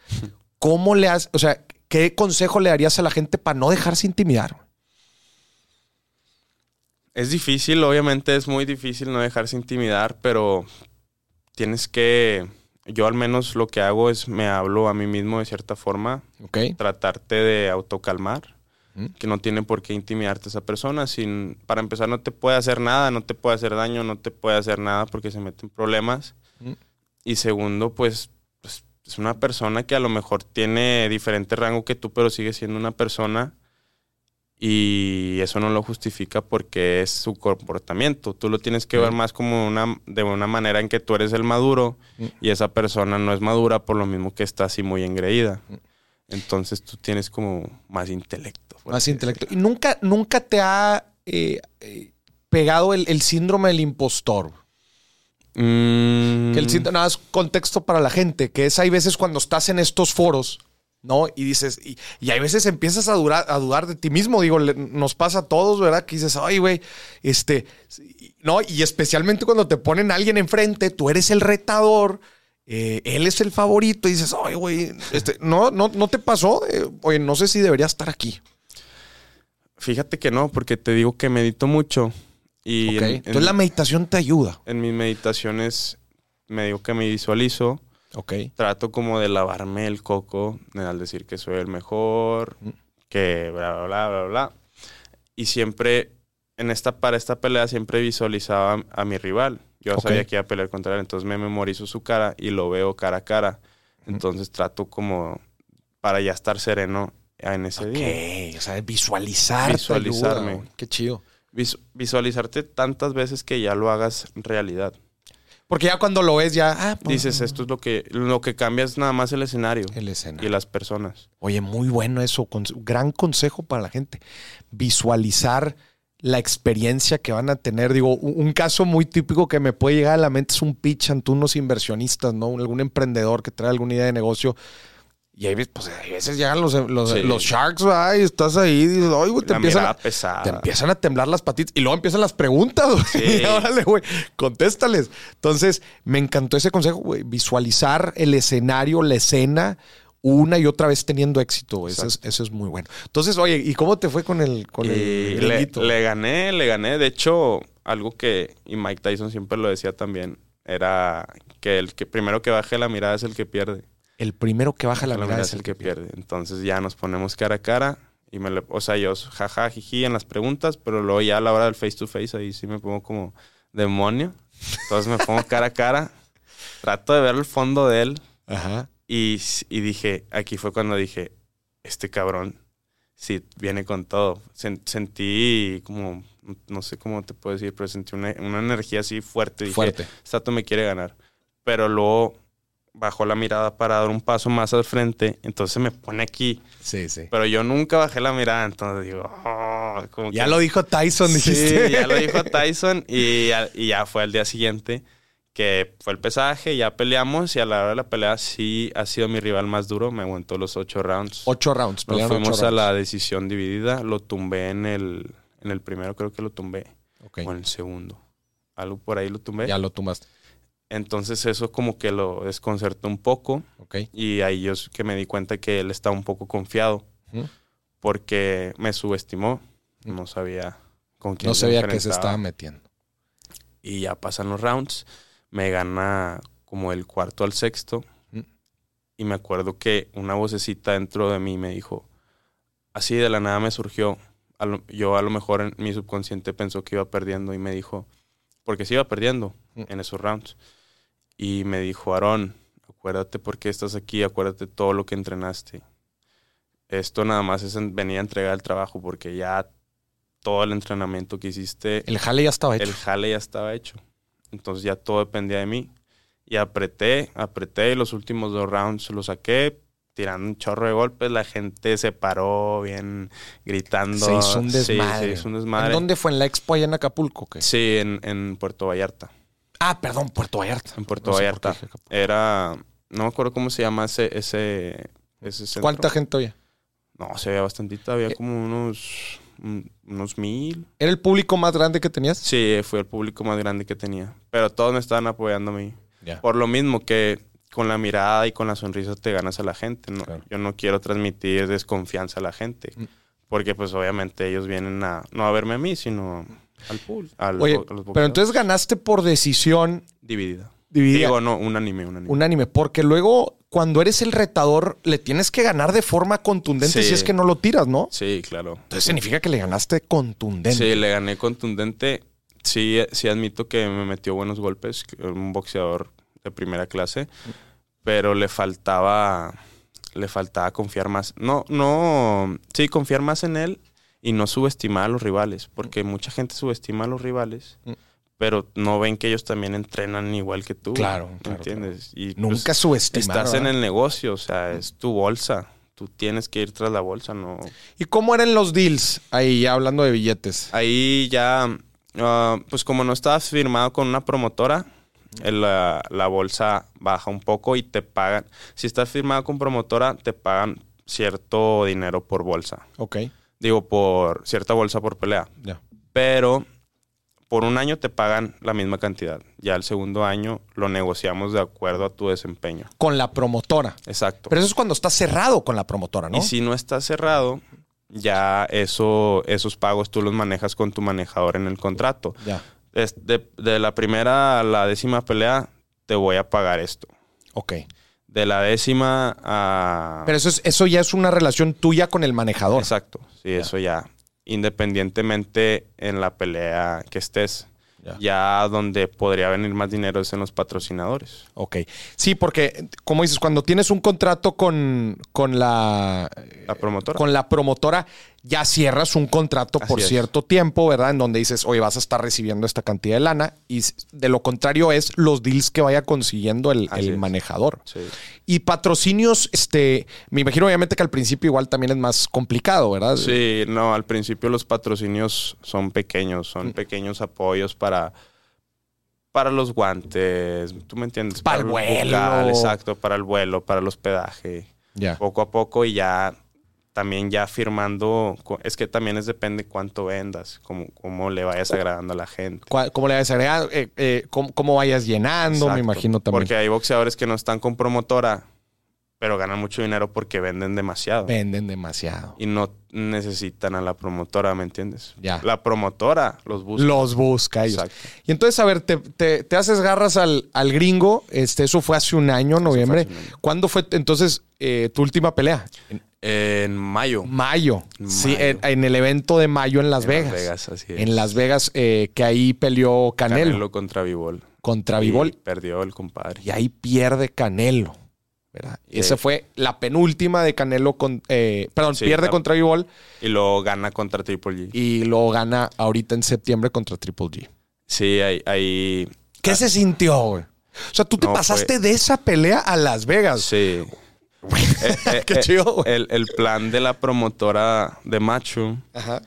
¿Cómo le haces? O sea, ¿qué consejo le darías a la gente para no dejarse intimidar? güey?
Es difícil, obviamente es muy difícil no dejarse intimidar, pero tienes que, yo al menos lo que hago es me hablo a mí mismo de cierta forma,
¿Ok?
tratarte de autocalmar,
Mm.
que no tiene por qué intimidarte esa persona, sin, para empezar no te puede hacer nada, no te puede hacer daño, no te puede hacer nada porque se meten problemas.
Mm.
Y segundo, pues, pues, es una persona que a lo mejor tiene diferente rango que tú, pero sigue siendo una persona y eso no lo justifica porque es su comportamiento. Tú lo tienes que
Ok.
ver más como una, de una manera en que tú eres el maduro
Mm.
y esa persona no es madura por lo mismo que está así muy engreída.
Mm.
Entonces tú tienes como más intelecto. por
Más
así
intelecto. ¿Y nunca, nunca te ha eh, eh, pegado el, el síndrome del impostor? güey?
decirlo. Mm,
Que el síndrome- nada más contexto para la gente, que es hay veces cuando estás en estos foros, ¿no? Y dices, y, y hay veces empiezas a, durar, a dudar de ti mismo, digo, le- nos pasa a todos, ¿verdad? Que dices, ay, güey, este, sí", ¿no? Y especialmente cuando te ponen a alguien enfrente, tú eres el retador. eh, él es el favorito y dices, ay, güey, este, no, no, no te pasó. Eh, oye, no sé si debería estar aquí.
Fíjate que no, porque te digo que medito mucho. Y
Ok.
en- en,
Entonces la meditación te ayuda.
en mis meditaciones me digo que me visualizo.
Ok.
Trato como de lavarme el coco eh, al decir que soy el mejor,
Mm.
que bla, bla, bla, bla, bla. Y siempre, en esta, para esta pelea, siempre visualizaba a mi rival. Yo
Ok.
sabía que iba a pelear contra él, entonces me memorizo su cara y lo veo cara a cara. Entonces trato como para ya estar sereno en ese día.
Ok, o sea, visualizar.
Visualizarme.
Qué chido.
Visu- visualizarte tantas veces que ya lo hagas realidad.
Porque ya cuando lo ves, ya. Ah, pues,
Dices, esto es lo que, lo que cambia es nada más el escenario
El escenario.
y las personas.
Oye, muy bueno eso. con- Gran consejo para la gente. Visualizar la experiencia que van a tener. Digo, u- un caso muy típico que me puede llegar a la mente es un pitch ante unos inversionistas, ¿no? Un- Algún emprendedor que trae alguna idea de negocio. Y ahí, ves, pues, a veces llegan los, los,
Sí.
los sharks, ¿verdad? Y estás ahí y dices, "Ay, güey, te
La
empiezan,
mirada
a,
pesada.
te empiezan a temblar las patitas. Y luego empiezan las preguntas, güey.
Sí.
Y órale, güey, contéstales. Entonces, me encantó ese consejo, güey. Visualizar el escenario, la escena, una y otra vez teniendo éxito. güey. Eso es, eso es muy bueno. Entonces, oye, ¿y cómo te fue con el, con
Y
el
Eh, le,
gringuito?
le gané, le gané. De hecho, algo que y Mike Tyson siempre lo decía también era que el que primero que baje la mirada es el que pierde.
El primero que baja la,
La, mirada es el que pierde. Entonces ya nos ponemos cara a cara y me le, o sea, yo jaja, jiji en las preguntas, pero luego ya a la hora del face to face ahí sí me pongo como demonio. Entonces me pongo cara a cara, trato de ver el fondo de él
Ajá.
y, s- y dije, aquí fue cuando dije, este cabrón, sí, viene con todo. Sen- sentí como, no sé cómo te puedo decir, pero sentí una, una energía así fuerte. Dije,
Fuerte.
Stato me quiere ganar. Pero luego bajó la mirada para dar un paso más al frente, entonces me pone aquí.
Sí, sí.
Pero yo nunca bajé la mirada, entonces digo, "Oh", como
Ya
que-
lo dijo Tyson, dijiste.
Sí, ya lo dijo Tyson y ya, y ya fue al día siguiente que fue el pesaje, ya peleamos y a la hora de la pelea sí ha sido mi rival más duro, me aguantó los ocho rounds.
Ocho rounds.
Nos
pelearon ocho
fuimos a
rounds.
la decisión dividida, lo tumbé en el, en el primero, creo que lo tumbé,
Ok,
o en el segundo, algo por ahí lo tumbé.
Ya lo tomaste.
Entonces eso como que lo desconcertó un poco
Ok.
y ahí yo es que me di cuenta que él estaba un poco confiado
Ujú.
porque me subestimó,
Ujú.
no sabía con quién
No sabía que se
enfrentaba
estaba metiendo.
y ya pasan los rounds. Me gana como el cuarto al sexto.
Mm.
Y me acuerdo que una vocecita dentro de mí me dijo, así de la nada me surgió. a lo- yo a lo mejor en mi subconsciente pensó que iba perdiendo y me dijo, porque sí iba perdiendo
Mm.
en esos rounds. Y me dijo, Aarón, acuérdate por qué estás aquí, acuérdate todo lo que entrenaste. Esto nada más es en- venir a entregar el trabajo porque ya todo el entrenamiento que hiciste
El jale ya estaba hecho.
el jale ya estaba hecho. Entonces ya todo dependía de mí. Y apreté, apreté y los últimos dos rounds los saqué tirando un chorro de golpes. La gente se paró bien gritando.
Se hizo un
Sí,
desmadre.
se hizo un desmadre.
¿En dónde fue? ¿En la expo allá en Acapulco? o qué?
Sí, en, en Puerto Vallarta.
Ah, perdón, Puerto Vallarta.
En Puerto
No sé por qué
Vallarta.
dije Acapulco.
Era, no me acuerdo cómo se llama ese, ese, ese centro.
¿Cuánta Eh, gente había?
No, se veía bastantita. Había como unos, un- unos mil.
¿Era el público más grande que tenías?
Sí, fue el público más grande que tenía. Pero todos me estaban apoyando a mí.
Ya.
Por lo mismo que con la mirada y con la sonrisa te ganas a la gente. ¿no?
Claro.
Yo no quiero transmitir desconfianza a la gente.
Mm.
Porque pues obviamente ellos vienen a, no a verme a mí, sino al pool. Al,
Oye,
a los
pero
boxeadores.
entonces ganaste por decisión
Dividida.
dividida,
Digo, no, unánime, unánime.
unánime, porque luego cuando eres el retador le tienes que ganar de forma contundente
Sí.
si es que no lo tiras, ¿no?
Sí, claro.
Entonces significa que le ganaste contundente.
Sí, le gané contundente. Sí, sí admito que me metió buenos golpes, que era un boxeador de primera clase, pero le faltaba le faltaba confiar más. No, no, sí, confiar más en él y no subestimar a los rivales, porque mucha gente subestima a los rivales,
Mm.
pero no ven que ellos también entrenan igual que tú.
Claro, claro,
¿Entiendes? Y pues,
Nunca subestimar.
estás en
¿verdad?
el negocio, o sea, es tu bolsa. Tú tienes que ir tras la bolsa, no
¿Y cómo eran los deals? Ahí ya hablando de billetes.
Ahí ya, ah, pues como no estabas firmado con una promotora, el, ah, la bolsa baja un poco y te pagan. Si estás firmado con promotora, te pagan cierto dinero por bolsa.
Ok,
Digo, por cierta bolsa por pelea.
ya.
Pero por un año te pagan la misma cantidad. Ya el segundo año lo negociamos de acuerdo a tu desempeño.
Con la promotora.
Exacto.
Pero eso es cuando estás cerrado con la promotora, ¿no?
Y si no está cerrado, ya eso, esos pagos tú los manejas con tu manejador en el contrato.
Ya.
es de, de la primera a la décima pelea, te voy a pagar esto.
Ok.
de la décima a...
Pero eso, es, eso ya es una relación tuya con el manejador.
Exacto, sí, eso ya. Independientemente en la pelea que estés,
Ya.
ya donde podría venir más dinero es en los patrocinadores.
Ok. Sí, porque, como dices, cuando tienes un contrato con, con la,
La promotora.
Eh, con la promotora, ya cierras un contrato
Así
por
es.
cierto tiempo, ¿verdad? En donde dices, oye, vas a estar recibiendo esta cantidad de lana. Y s- de lo contrario es los deals que vaya consiguiendo el,
Así
el
es.
manejador.
Sí.
Y patrocinios, este, me imagino obviamente que al principio igual también es más complicado, ¿verdad?
Sí, no, al principio los patrocinios son pequeños,
Mm.
son pequeños apoyos para, para los guantes, ¿tú me entiendes?
Para el
los
vuelo.
exacto, para el vuelo, para el hospedaje.
Ya.
Poco a poco y ya también ya firmando, co- es que también es depende cuánto vendas, cómo, cómo le vayas agradando a la gente.
¿Cuál- ¿Cómo le vas a agregar? Eh, eh, ¿cómo, cómo vayas llenando? Me
Exacto,
imagino también.
Porque hay boxeadores que no están con promotora, pero ganan mucho dinero porque venden demasiado.
Venden demasiado.
y no necesitan a la promotora, ¿me entiendes?
Ya.
La promotora los busca.
Los busca ellos.
Exacto.
Y entonces, a ver, te, te- te haces garras al, al gringo. Este, eso fue hace un año, noviembre.
fue hace un año.
¿Cuándo fue entonces eh, tu última pelea?
En mayo.
Mayo.
En
Sí,
mayo.
en, en el evento de mayo en Las
En
Vegas.
Las Vegas, así es.
En Las Vegas, eh, que ahí peleó Canelo,
Canelo. contra Vivol.
contra Bivol.
Y perdió el compadre.
Y ahí pierde Canelo. ¿verdad?
Sí.
Esa fue la penúltima de Canelo con. eh, perdón,
Sí,
pierde
la-
contra Bivol
Y luego gana contra Triple G.
y lo gana ahorita en septiembre contra Triple G.
Sí, ahí, ahí-
¿Qué se sintió, güey? O sea, tú te
No, fue-
pasaste de esa pelea a Las Vegas.
Sí. Eh, eh,
Qué
eh,
chido, güey.
El, el plan de la promotora de Machu
Ajá.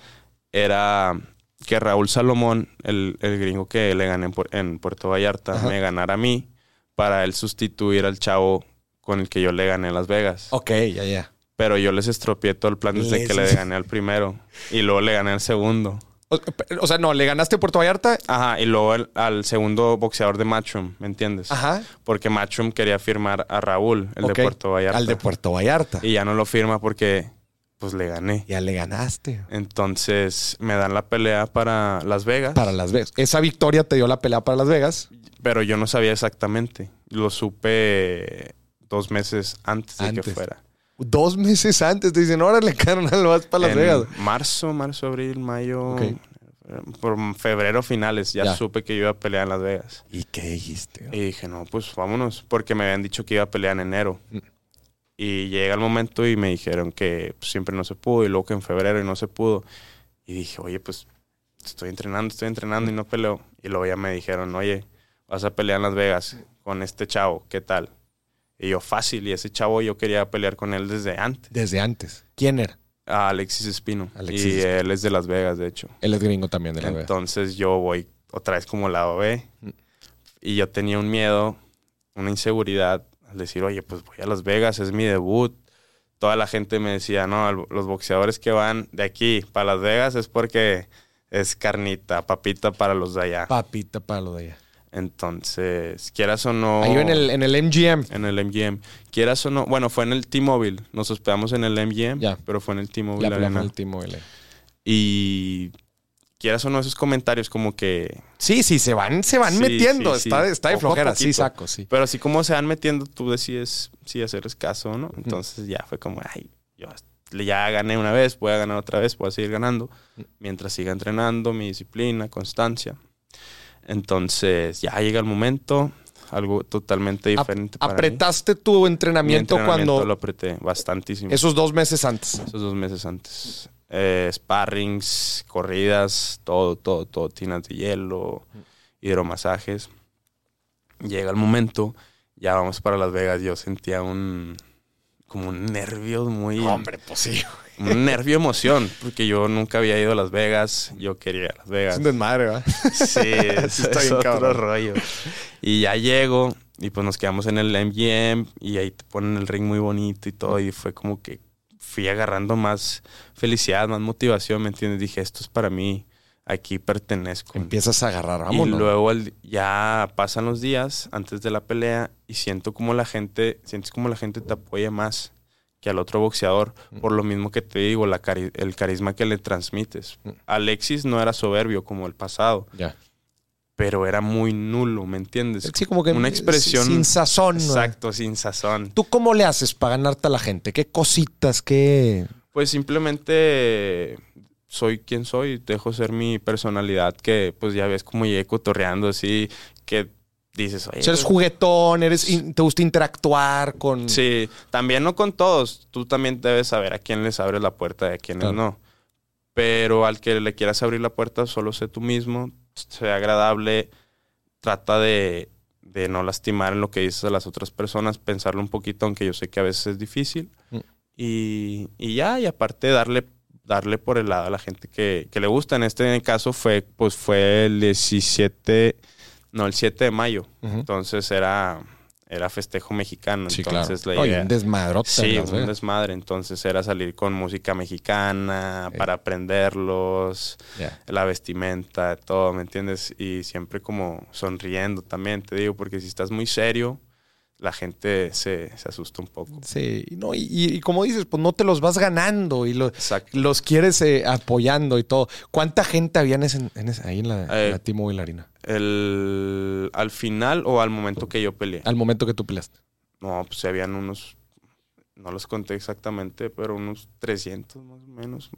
era que Raúl Salomón, el, el gringo que le gané en, Puer- en Puerto Vallarta, me ganara a mí para él sustituir al chavo con el que yo le gané en Las Vegas.
Ok, ya, ya.
Pero yo les estropié todo el plan desde
Les-
que le gané al primero. Y luego le gané al segundo.
O, o sea, no, le ganaste a Puerto Vallarta.
Ajá, y luego al- al segundo boxeador de Matchroom, ¿me entiendes?
Ajá.
Porque Matchroom quería firmar a Raúl, el
Ok.
de Puerto Vallarta.
Al de Puerto Vallarta.
Y ya no lo firma porque, pues, le gané.
Ya le ganaste.
Entonces, me dan la pelea para Las Vegas.
Para Las Vegas. Esa victoria te dio la pelea para Las Vegas.
Pero yo no sabía exactamente. Lo supe dos meses antes, de que
Antes.
fuera.
Dos meses antes te dicen, órale, carnal, vas para Las
En
Vegas.
Marzo, marzo, abril, mayo.
Ok.
Por febrero finales ya,
Ya.
supe que yo iba a pelear en Las Vegas.
¿Y qué dijiste?
Y dije, no, pues vámonos, porque me habían dicho que iba a pelear en enero.
Mm.
Y llega el momento y me dijeron que pues, siempre no se pudo, y luego que en febrero y no se pudo. Y dije, oye, pues estoy entrenando, estoy entrenando y no peleo. Y luego ya me dijeron, oye, vas a pelear en Las Vegas con este chavo, ¿qué tal? Y yo, fácil, y ese chavo yo quería pelear con él desde antes.
Desde antes. ¿Quién era?
A Alexis Espino.
Alexis
y
Espino.
él es de Las Vegas, de hecho.
Él es gringo también de Las Vegas.
Entonces yo voy otra vez como lado B. Y yo tenía un miedo, una inseguridad al decir, oye, pues voy a Las Vegas, es mi debut. Toda la gente me decía, no, el- los boxeadores que van de aquí para Las Vegas es porque es carnita, papita para los de allá.
Papita para lo de allá.
Entonces, quieras o no.
Ahí en el, en el MGM.
en el MGM. Quieras o no. Bueno, fue en el T-Mobile. Nos hospedamos en el MGM,
Ya.
pero fue en el T-Mobile.
La pelea
Arena.
fue el Timo L.
Y quieras o no, esos comentarios como que
Sí, sí, se van, se van
Sí,
metiendo.
sí, sí.
Está, está de
Poco a
flojera. Sí,
poquito.
saco, sí.
Pero así como se van metiendo, tú decides si hacerles caso o no. Entonces ya fue como, ay, yo ya gané una vez, voy a ganar otra vez, voy a seguir ganando.
Mm.
Mientras siga entrenando, mi disciplina, constancia. Entonces ya llega el momento, algo totalmente
Ap-
diferente. para mí.
apretaste tu
Mi
entrenamiento,
entrenamiento
cuando
lo apreté bastantísimo.
esos dos meses antes.
Esos dos meses antes. Eh, sparrings, corridas, todo, todo, todo. Tinas de hielo, hidromasajes. Llega el momento, ya vamos para Las Vegas. Yo sentía un. como un nervio muy.
pues sí.
Un nervio emoción, porque yo nunca había ido a Las Vegas. Yo quería ir a Las
Es
Vegas.
un desmadre, ¿verdad?
Sí, es,
está
es
bien
otro
cabrón.
rollo. Y ya llego y pues nos quedamos en el MGM y ahí te ponen el ring muy bonito y todo y fue como que fui agarrando más felicidad, más motivación, ¿me entiendes? Dije, esto es para mí, aquí pertenezco.
Empiezas a agarrar,
Y
vámonos.
luego al- ya pasan los días antes de la pelea y siento como la gente, sientes como la gente te apoya más que al otro boxeador, por lo mismo que te digo, la cari- el carisma que le transmites. Alexis no era soberbio como el pasado,
Ya.
pero era muy nulo, ¿me entiendes?
Sí, como que
una expresión
sin sazón. ¿no?
Exacto, sin sazón.
¿Tú cómo le haces para ganarte a la gente? ¿Qué cositas? ¿Qué...?
Pues simplemente soy quien soy, dejo ser mi personalidad, que pues ya ves como llegué cotorreando así, que dices, oye, pues,
O sea, eres juguetón, eres, in- te gusta interactuar con...
Sí, también no con todos. Tú también debes saber a quién les abres la puerta y a quiénes
Claro.
no. Pero al que le quieras abrir la puerta, solo sé tú mismo, sea agradable, trata de, de no lastimar en lo que dices a las otras personas, pensarlo un poquito, aunque yo sé que a veces es difícil.
Mm.
Y, y ya, y aparte darle, darle por el lado a la gente que, que le gusta. En este caso fue, pues fue el 17, no, el 7 de mayo.
Ujú.
Entonces era, era festejo mexicano.
Sí,
entonces
claro.
la
Oye,
idea.
un desmadrote.
Sí,
¿no?
un desmadre. Entonces era salir con música mexicana
Sí.
para aprenderlos,
Ya.
la vestimenta, todo, ¿me entiendes? Y siempre como sonriendo también, te digo, porque si estás muy serio, la gente se, se asusta un poco.
Sí, no, y, y- y como dices, pues no te los vas ganando y lo-
Exacto.
los quieres eh, apoyando y todo. ¿Cuánta gente había en ese- en ese- ahí en la,
Eh,
en la Timo Bailarina?
El, al final o al momento que yo peleé.
Al momento que tú peleaste.
No, pues habían unos, no los conté exactamente, pero unos 300 más o menos.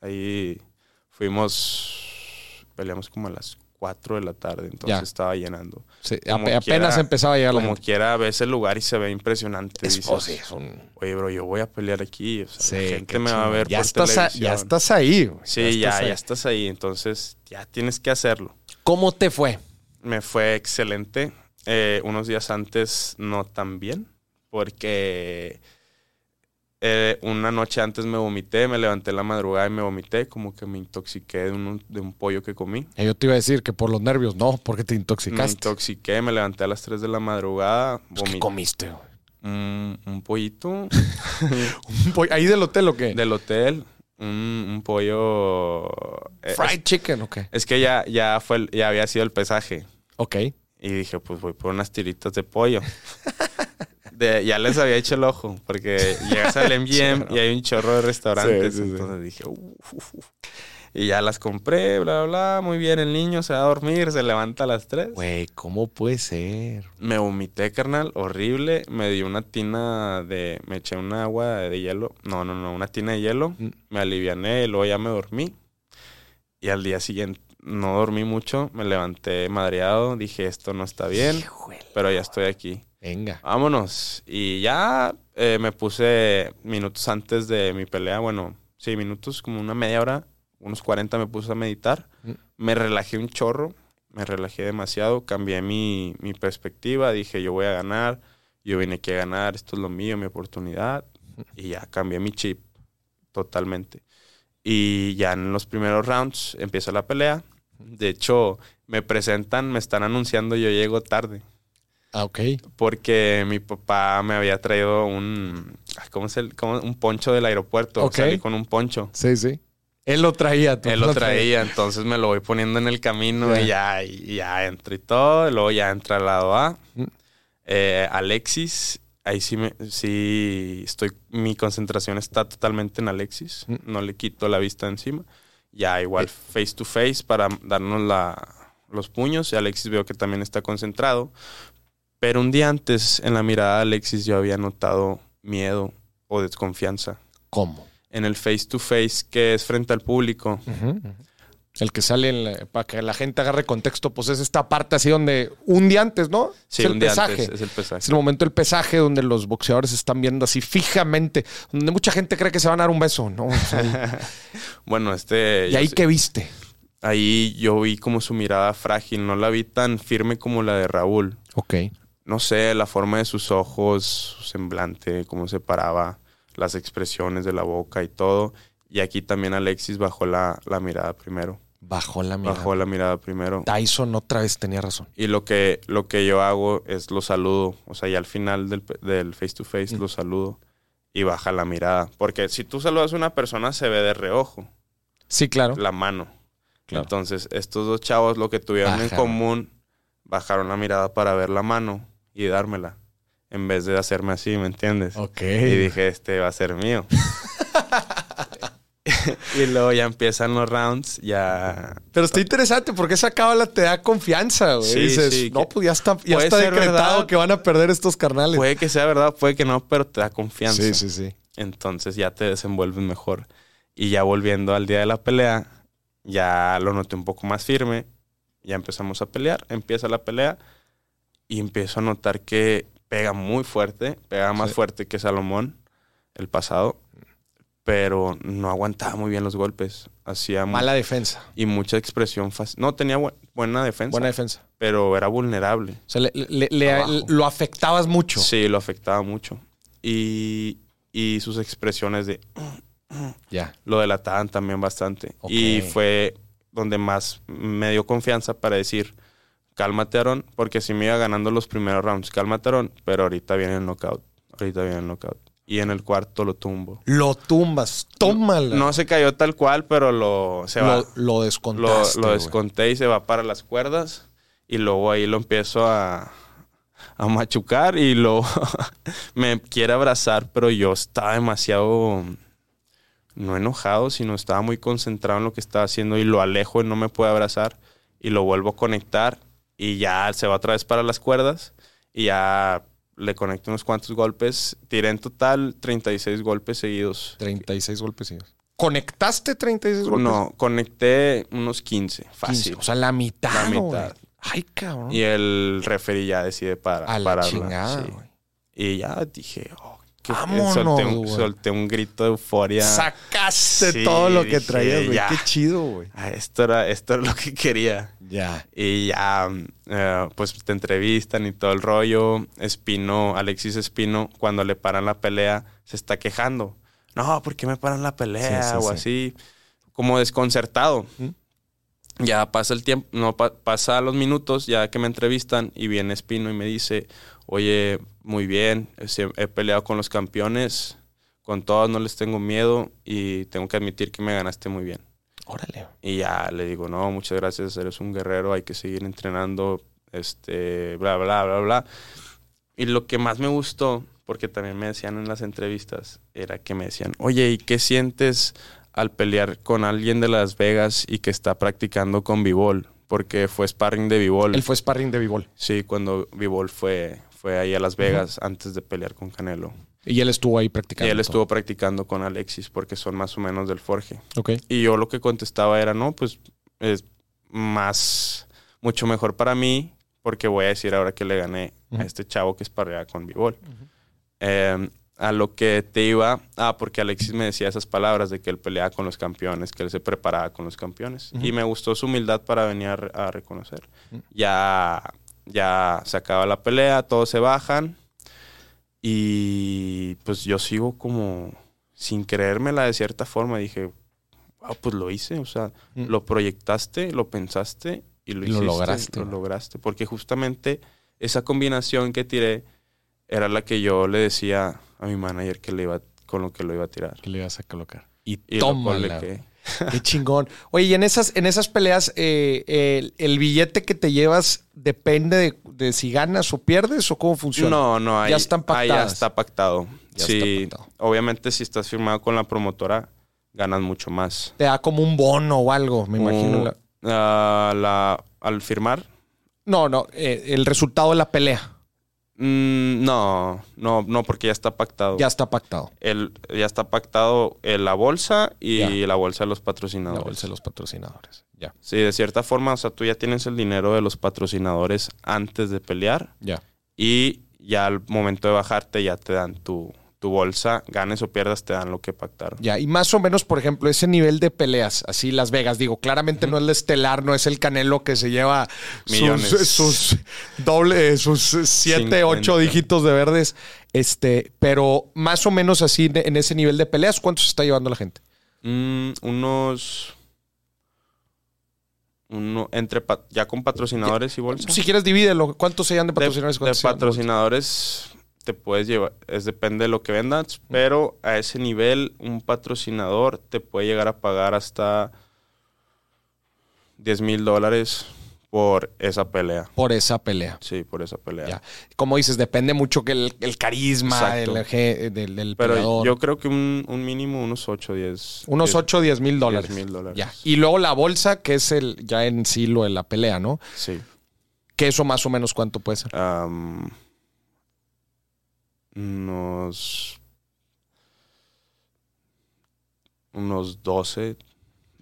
Ahí fuimos, peleamos como a las 4 de la tarde, entonces
Ya.
estaba llenando.
Sí,
Como
ape- apenas
quiera-
empezaba a llegar la
Como
gente.
quiera, ves el lugar y se ve impresionante.
Es-
dices,
oh, sí, es un-
Oye, bro, yo voy a pelear aquí, o sea,
sí,
la
qué
gente me va a
chingón.
ver
ya
por
estás, a-
televisión.
ya estás ahí. güey.
Sí,
estás
ya,
ahí.
ya estás ahí, entonces ya tienes que hacerlo.
¿Cómo te fue?
Me fue excelente. Eh, unos días antes no tan bien, porque eh, una noche antes me vomité, me levanté en la madrugada y me vomité, como que me intoxiqué de un, de un pollo que comí.
Eh, Yo te iba a decir que por los nervios, no, porque te
Me
intoxicaste.
intoxiqué, me levanté a las 3 de la madrugada,
Pues, ¿Qué
vomité
comiste? güey?
un, un pollito
Un pollo- ¿Ahí del hotel o qué?
del hotel, un, un pollo... eh,
Fried chicken o qué?
Es, es que ya, ya, fue, el- ya había sido el pesaje.
Ok.
Y dije, pues voy por unas tiritas de pollo. De- ya les había hecho el ojo, porque llegas al MGM y hay un chorro de restaurantes.
Sí, sí, sí.
entonces dije, "Uf, uf, uf". Y ya las compré, bla, bla, bla. Muy bien, el niño se va a dormir, se levanta a las 3.
Güey, ¿cómo puede ser?
Me vomité, carnal, horrible. Me di una tina de. Me eché una agua de hielo. No, no, no, una tina de hielo.
Mm.
Me aliviané, y luego ya me dormí. Y al día siguiente no dormí mucho. Me levanté madreado. Dije, esto no está bien,
Híjole.
pero ya estoy aquí.
Venga.
Vámonos. Y ya eh, me puse minutos antes de mi pelea, bueno, sí, minutos, como una media hora, unos 40 me puse a meditar.
Mm.
Me relajé un chorro, me relajé demasiado, cambié mi, mi perspectiva, dije yo voy a ganar, yo vine aquí a ganar, esto es lo mío, mi oportunidad. Y ya cambié mi chip totalmente. Y ya en los primeros rounds empieza la pelea. De hecho, me presentan, me están anunciando, yo llego tarde
Ah, ok.
porque mi papá me había traído un ay, ¿cómo es el cómo? un poncho del aeropuerto,
Ok.
salí con un poncho.
Sí, sí. Él lo traía. tú
Él
no
lo
traías.
traía, entonces me lo voy poniendo en el camino y ya y ya entro y todo, y luego ya entra al lado A.
Mm.
Eh, Alexis, ahí sí me sí estoy mi concentración está totalmente en Alexis,
Mm.
no le quito la vista de encima. Ya igual face to face para darnos la los puños y Alexis veo que también está concentrado. Pero un día antes, en la mirada de Alexis, yo había notado miedo o desconfianza.
¿Cómo?
En el face to face, que es frente al público,
El que sale en la- para que la gente agarre contexto, pues es esta parte así donde un día antes, ¿no?
sí,
es el
un día
pesaje.
antes es el pesaje.
Es el momento del pesaje donde los boxeadores están viendo así fijamente, donde mucha gente cree que se van a dar un beso, ¿no? O sea,
Bueno, este.
y
yo
ahí
sé-
que viste.
ahí yo vi como su mirada frágil, no la vi tan firme como la de Raúl.
Ok.
No sé, la forma de sus ojos, su semblante, cómo se paraba, las expresiones de la boca y todo. Y aquí también Alexis bajó la, la mirada primero.
Bajó la mirada.
Bajó la mirada primero.
Tyson otra vez tenía razón.
Y lo que, lo que yo hago es lo saludo. O sea, ya al final del, pe- del face to face
Mm.
lo saludo y baja la mirada. Porque si tú saludas a una persona, se ve de reojo
Sí, claro.
la mano.
Claro.
Entonces, estos dos chavos lo que tuvieron en
Bajaron.
común, bajaron la mirada para ver la mano y dármela. En vez de hacerme así, ¿me entiendes?
Ok.
Y dije, este va a ser mío. y luego ya empiezan los rounds, ya...
Pero está interesante porque esa cábala te da confianza, güey.
Sí,
Dices,
sí,
no,
que-
pues ya está, ya
puede
está
ser
decretado
verdad.
que van a perder estos carnales.
Puede que sea verdad, puede que no, pero te da confianza.
sí, sí, sí.
Entonces ya te desenvuelves mejor. Y ya volviendo al día de la pelea, ya lo noté un poco más firme. Ya empezamos a pelear, empieza la pelea y empiezo a notar que pega muy fuerte, pega más
Sí.
fuerte que Salomón el pasado, pero no aguantaba muy bien los golpes. Hacía mu-
Mala defensa.
y mucha expresión fácil. No tenía bu- buena defensa,
Buena defensa.
pero era vulnerable.
O sea, le- le- le-
Abajo.
lo afectabas mucho.
Sí, lo afectaba mucho. Y, y sus expresiones de
Ya.
lo delataban también bastante.
Ok.
Y fue donde más me dio confianza para decir, cálmate Aaron, porque si me iba ganando los primeros rounds, cálmate Aaron, pero ahorita viene el knockout, ahorita viene el knockout. Y en el cuarto lo tumbo.
Lo tumbas. Tómala.
No se cayó tal cual, pero lo, se va,
lo, lo
lo,
descontaste.
lo
güey.
desconté y se va para las cuerdas. Y luego ahí lo empiezo a, a machucar y luego me quiere abrazar, pero yo estaba demasiado, no enojado, sino estaba muy concentrado en lo que estaba haciendo y lo alejo y no me puede abrazar. Y lo vuelvo a conectar y ya se va otra vez para las cuerdas y ya le conecto unos cuantos golpes. Tiré en total 36 golpes seguidos.
36 golpes. seguidos. ¿Conectaste 36 golpes?
No, conecté unos 15,
15.
fácil.
O sea, la mitad.
La
güey.
mitad.
Ay, cabrón.
Y el referee ya decide para,
a la
pararla,
chingada,
sí.
güey.
Y ya dije, oh, qué-
Vámonos,
solté, un,
güey.
solté un grito de euforia.
Sacaste
Sí,
todo lo que
dije,
traías, güey.
ya.
Qué chido, güey.
Ah, esto, era, esto era lo que quería.
Ya.
Y ya, mm, eh, pues te entrevistan y todo el rollo. Espino, Alexis Espino, cuando le paran la pelea, se está quejando. No, ¿por qué me paran la pelea?
Sí, sí,
o
sí.
así, como desconcertado.
¿Mm?
Ya pasa el tiempo, no, pa- pasa los minutos, ya que me entrevistan y viene Espino y me dice, oye, muy bien, se- he peleado con los campeones, con todos no les tengo miedo y tengo que admitir que me ganaste muy bien.
Órale.
Y ya le digo, no, muchas gracias, eres un guerrero, hay que seguir entrenando, este, bla, bla, bla, bla. Y lo que más me gustó, porque también me decían en las entrevistas, era que me decían, oye, ¿y qué sientes al pelear con alguien de Las Vegas y que está practicando con Vivol? Porque fue sparring de Vivol.
Él fue sparring de b
Sí, cuando Vivol fue, fue ahí a Las Vegas antes de pelear con Canelo.
Y él estuvo ahí
Y
practicando.
él
todo.
estuvo practicando con Alexis porque son más o menos del Forge.
Ok.
Y yo lo que contestaba era, no, pues es más, mucho mejor para mí, porque voy a decir ahora que le gané
Ujú.
a este chavo que esparreaba con Bibol. Eh, a lo que te iba, ah, porque Alexis me decía esas palabras de que él peleaba con los campeones, que él se preparaba con los campeones.
Ujú.
Y me gustó su humildad para venir a, re- a reconocer.
Ujú.
Ya, ya se acaba la pelea, todos se bajan. Y pues yo sigo como sin creérmela de cierta forma. Dije, wow, pues lo hice. O sea,
Mm.
lo proyectaste, lo pensaste y lo,
Lo
hiciste.
lograste,
Lo
¿no?
lograste. Porque justamente esa combinación que tiré era la que yo le decía a mi manager que le iba con lo que lo iba a tirar.
Que le ibas a colocar. Y,
Y lo cual le
tómala.
quedé.
Qué chingón. Oye, y en esas, en esas peleas, eh, el, el billete que te llevas depende de, de si ganas o pierdes o cómo funciona?
No, no, ahí
Ya están
ahí ya
pactadas.
está pactado.
Ya
sí,
está pactado.
obviamente si estás firmado con la promotora, ganas mucho más.
Te da como un bono o algo, me imagino.
Uh,
la-
ah, la- al firmar,
No, no, eh, el resultado de la pelea
mm, no, no, no, porque ya está pactado.
ya está pactado.
El- ya está pactado eh, la bolsa y
Ya.
la bolsa de los patrocinadores.
La bolsa de los patrocinadores. Ya,
Sí, de cierta forma, o sea, tú ya tienes el dinero de los patrocinadores antes de pelear
ya.
y ya al momento de bajarte ya te dan tu, tu bolsa, ganes o pierdas, te dan lo que pactaron.
Ya, y más o menos, por ejemplo, ese nivel de peleas, así Las Vegas, digo, claramente no es el estelar, no es el Canelo que se lleva sus-
Millones.
Sus, doble, eh, sus siete,
Cincuenta.
ocho dígitos de verdes. Este, pero más o menos así de- en ese nivel de peleas, ¿cuánto se está llevando la gente?
Mm, unos... Uno, entre pa- ya con patrocinadores y bolsa.
Si quieres, divídelo. ¿Cuántos se llevan de
De-
patrocinadores?
de
¿Cuántos se llevan de bolsa?
patrocinadores te puedes llevar, es depende de lo que
Mm.
vendas, pero a ese nivel un patrocinador te puede llegar a pagar hasta 10 mil dólares por esa pelea.
por esa pelea.
Sí, por esa pelea.
Ya. Como dices, depende mucho que el, el carisma el
Exacto.
eje- eh, del, del
Pero
peleador.
yo creo que un, un mínimo unos 8, 10.
Unos 8 o 10 mil dólares.
10,000 dólares.
Ya. Y luego la bolsa, que es el ya en sí lo de la pelea, ¿no?
Sí.
Que eso más o menos cuánto puede ser.
Am, unos. Unos 12.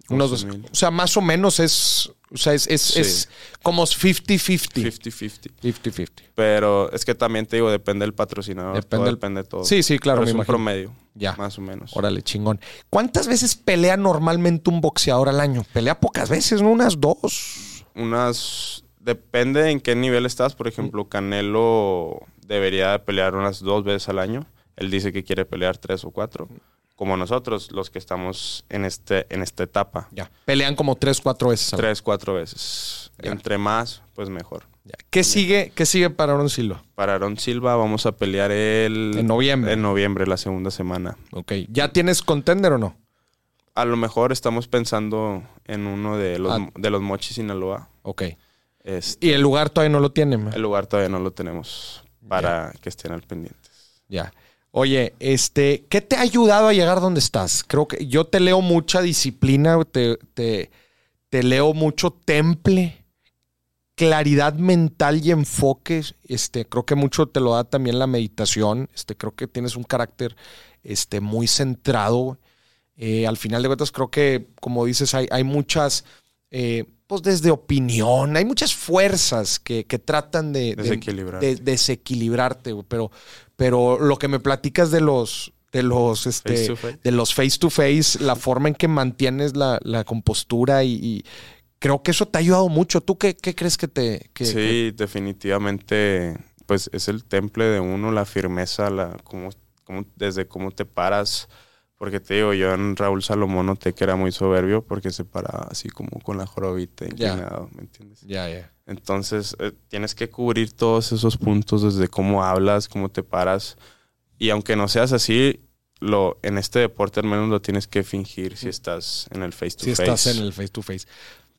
Unos
12
dos-
mil.
O sea, más o menos es. O sea, es, es,
Sí.
es como 50-50.
50-50.
50-50.
Pero es que también te digo, depende del patrocinador.
Depende
Depende, todo,
del-
depende de todo.
Sí, sí, claro,
Pero
me
es un
imagino.
promedio,
Ya.
más o menos.
Órale, chingón. ¿Cuántas veces pelea normalmente un boxeador al año? Pelea pocas veces, ¿no? Unas dos.
Unas. Depende en qué nivel estás. Por ejemplo, Canelo debería de pelear unas dos veces al año. Él dice que quiere pelear tres o cuatro. Como nosotros, los que estamos en, este, en esta etapa.
Ya. Pelean como tres, cuatro veces al año.
Tres, cuatro veces.
Ya.
Entre más, pues mejor.
Ya. ¿Qué sigue, ¿Qué sigue para Aaron Silva?
Para Aaron Silva vamos a pelear el...
En noviembre.
En noviembre, la segunda semana.
Ok. ¿Ya tienes contender o no?
A lo mejor estamos pensando en uno de los,
Ah.
de los Mochis Sinaloa.
Ok.
Este,
Y el lugar todavía no lo tiene. ma.
el lugar todavía no lo tenemos para que estén al pendiente.
Ya. Oye, este, ¿qué te ha ayudado a llegar donde estás? Creo que yo te leo mucha disciplina, te, te- te leo mucho temple, claridad mental y enfoque. Este, creo que mucho te lo da también la meditación. Este, creo que tienes un carácter este, muy centrado. Eh, al final de cuentas, creo que, como dices, hay, hay muchas, eh, pues desde opinión, hay muchas fuerzas que, que tratan de, de-
Desequilibrar.
de- desequilibrarte, güey, pero, pero lo que me platicas de los de los este
Face to face.
de los face to face, la forma en que mantienes la, la compostura y, y creo que eso te ha ayudado mucho. ¿Tú qué, qué crees que te que-
sí,
que-
definitivamente, pues es el temple de uno, la firmeza, la cómo, cómo- desde cómo te paras. Porque te digo, yo en Raúl Salomón noté que era muy soberbio porque se paraba así como con la jorobita
Ya.
inclinado, ¿me entiendes?
ya, ya.
Entonces, eh, tienes que cubrir todos esos puntos desde cómo hablas, cómo te paras. Y aunque no seas así, lo, en este deporte al menos lo tienes que fingir si estás en el face to
Mm. Si
face.
estás en el face to face.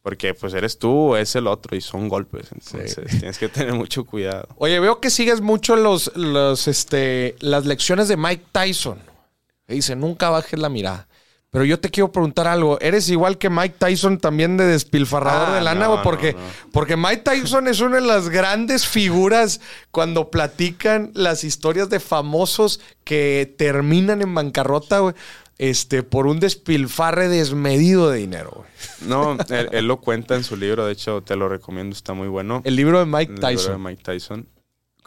Porque pues eres tú o es el otro y son golpes. Entonces, tienes que tener mucho cuidado.
Oye, veo que sigues mucho los, los, este, las lecciones de Mike Tyson. Que Dice, nunca bajes la mirada. Pero yo te quiero preguntar algo. ¿Eres igual que Mike Tyson también de despilfarrador
Ah,
de lana?
no,
güey? porque,
no, no.
porque Mike Tyson es una de las grandes figuras cuando platican las historias de famosos que terminan en bancarrota, güey, Este, por un despilfarre desmedido de dinero, güey.
No, él, él lo cuenta en su libro. De hecho, te lo recomiendo. Está muy bueno.
El libro de Mike
En el libro
Tyson.
de Mike Tyson.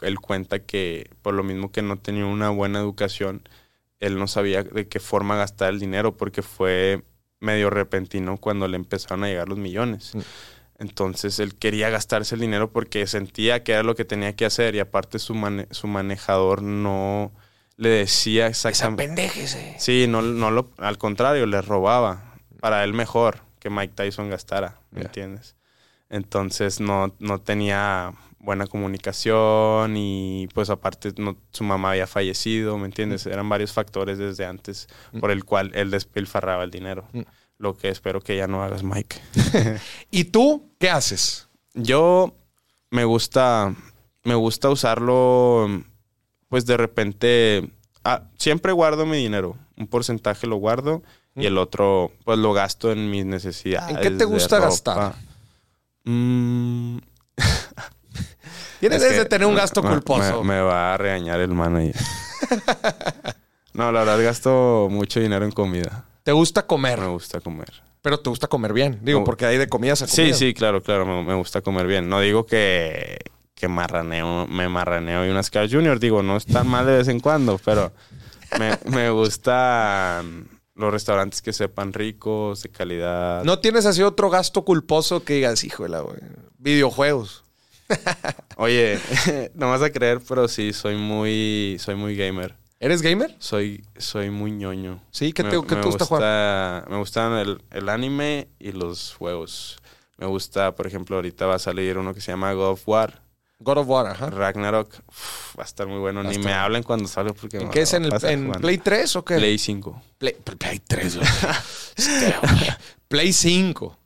Él cuenta que por lo mismo que no tenía una buena educación, él no sabía de qué forma gastar el dinero porque fue medio repentino cuando le empezaron a llegar los millones.
Mm.
Entonces él quería gastarse el dinero porque sentía que era lo que tenía que hacer y aparte su, mane- su manejador no le decía exactamente...
Pendéjese.
Sí, no, no lo, al contrario, le robaba. Para él mejor que Mike Tyson gastara, ¿me
Ya.
entiendes? Entonces no, no tenía buena comunicación y pues aparte no- su mamá había fallecido, ¿me entiendes? Eran varios factores desde antes por el cual él despilfarraba el dinero.
Mm.
Lo que espero que ya no hagas, Mike.
¿Y tú qué haces?
Yo me gusta, me gusta usarlo, pues de repente, ah, siempre guardo mi dinero, un porcentaje lo guardo y el otro, pues lo gasto en mis necesidades.
¿En qué te
de
gusta
ropa.
gastar?
Mm,
Tienes
es
de
que
tener un
me-
gasto
me-
culposo.
Me, me va a regañar el manager. no, la verdad gasto mucho dinero en comida.
Te gusta comer,
Me gusta comer.
pero te gusta comer bien. Digo,
No.
porque hay de comidas a
Sí,
comidas.
sí, claro, claro, me, me gusta comer bien. No digo que, que marraneo, me marraneo y unas Carl Junior, digo, no es tan mal de vez en cuando, pero me, me gustan los restaurantes que sepan ricos, de calidad.
¿No tienes así otro gasto culposo que digas, híjole, güey? Videojuegos.
Oye, no vas a creer, pero sí, soy muy, soy muy gamer.
¿Eres gamer?
Soy, soy muy ñoño.
Sí, ¿qué
Me-
te, qué
me
te gusta jugar?
Me gustan el, el anime y los juegos. Me gusta, por ejemplo, ahorita va a salir uno que se llama God of War.
God of War, ajá.
Ragnarok uf, va a estar muy bueno.
Va a
Ni
estar
me
bueno.
hablan cuando salgo porque
¿En
me
qué es? ¿En, el-
va a estar
en
jugando.
Play 3 o qué?
Play 5.
Play, Play 3, güey. Este, güey. Play 5.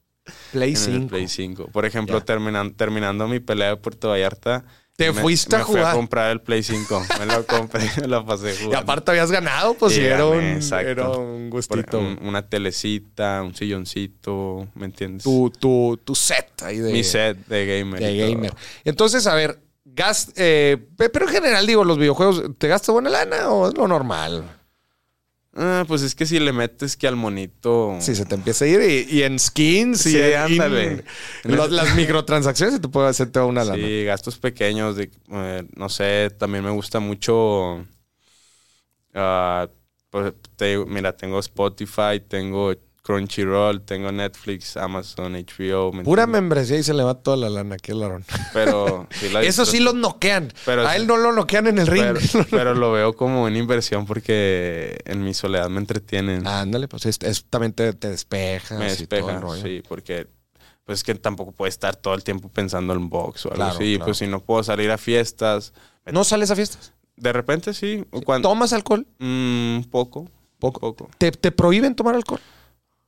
Play
en el
5.
Play 5. Por ejemplo,
Ya.
terminan- terminando mi pelea de Puerto Vallarta.
Te
me-
fuiste a
me fui
jugar.
a comprar el Play 5. Me lo compré, me lo pasé
Y
jugando.
aparte habías ganado, pues
Sí,
sí, era,
gané,
un,
exacto.
era un
Por-
gustito.
un- una telecita, un silloncito, ¿me entiendes?
tu, tu, tu set ahí de,
Mi set de gamer.
eh, de
y todo.
gamer. Entonces, a ver, gas, eh, pe- pero en general, digo, los videojuegos, ¿te gastas buena lana o es lo normal?
Ah, pues es que si le metes que al monito...
Si se te empieza a ir y, y en skins y
Sí,
en-
ándale.
en lo- las microtransacciones se te puede hacer toda una lana.
Sí, gastos pequeños. De, eh, no sé, también me gusta mucho. ah, pues, te digo, mira, tengo Spotify, tengo Crunchyroll, tengo Netflix, Amazon, HBO. ¿me
Pura
entiendes?
membresía y se le va toda la lana, qué larón.
Pero sí la
Eso sí
disfruto,
los noquean.
Pero
a
sí.
él no lo noquean en el ring.
Pero, pero lo veo como una inversión porque en mi soledad me entretienen.
Ándale, pues es, es- también te, te despejas.
me
y todo el
despeja.
rollo.
Sí, porque. Pues es que tampoco puedo estar todo el tiempo pensando en box o algo
Claro,
así.
claro.
Pues si no puedo salir a fiestas.
¿No sales a fiestas?
De repente sí. Cuando,
¿Tomas alcohol?
Mm, poco.
Poco.
Poco.
¿Te, te prohíben tomar alcohol?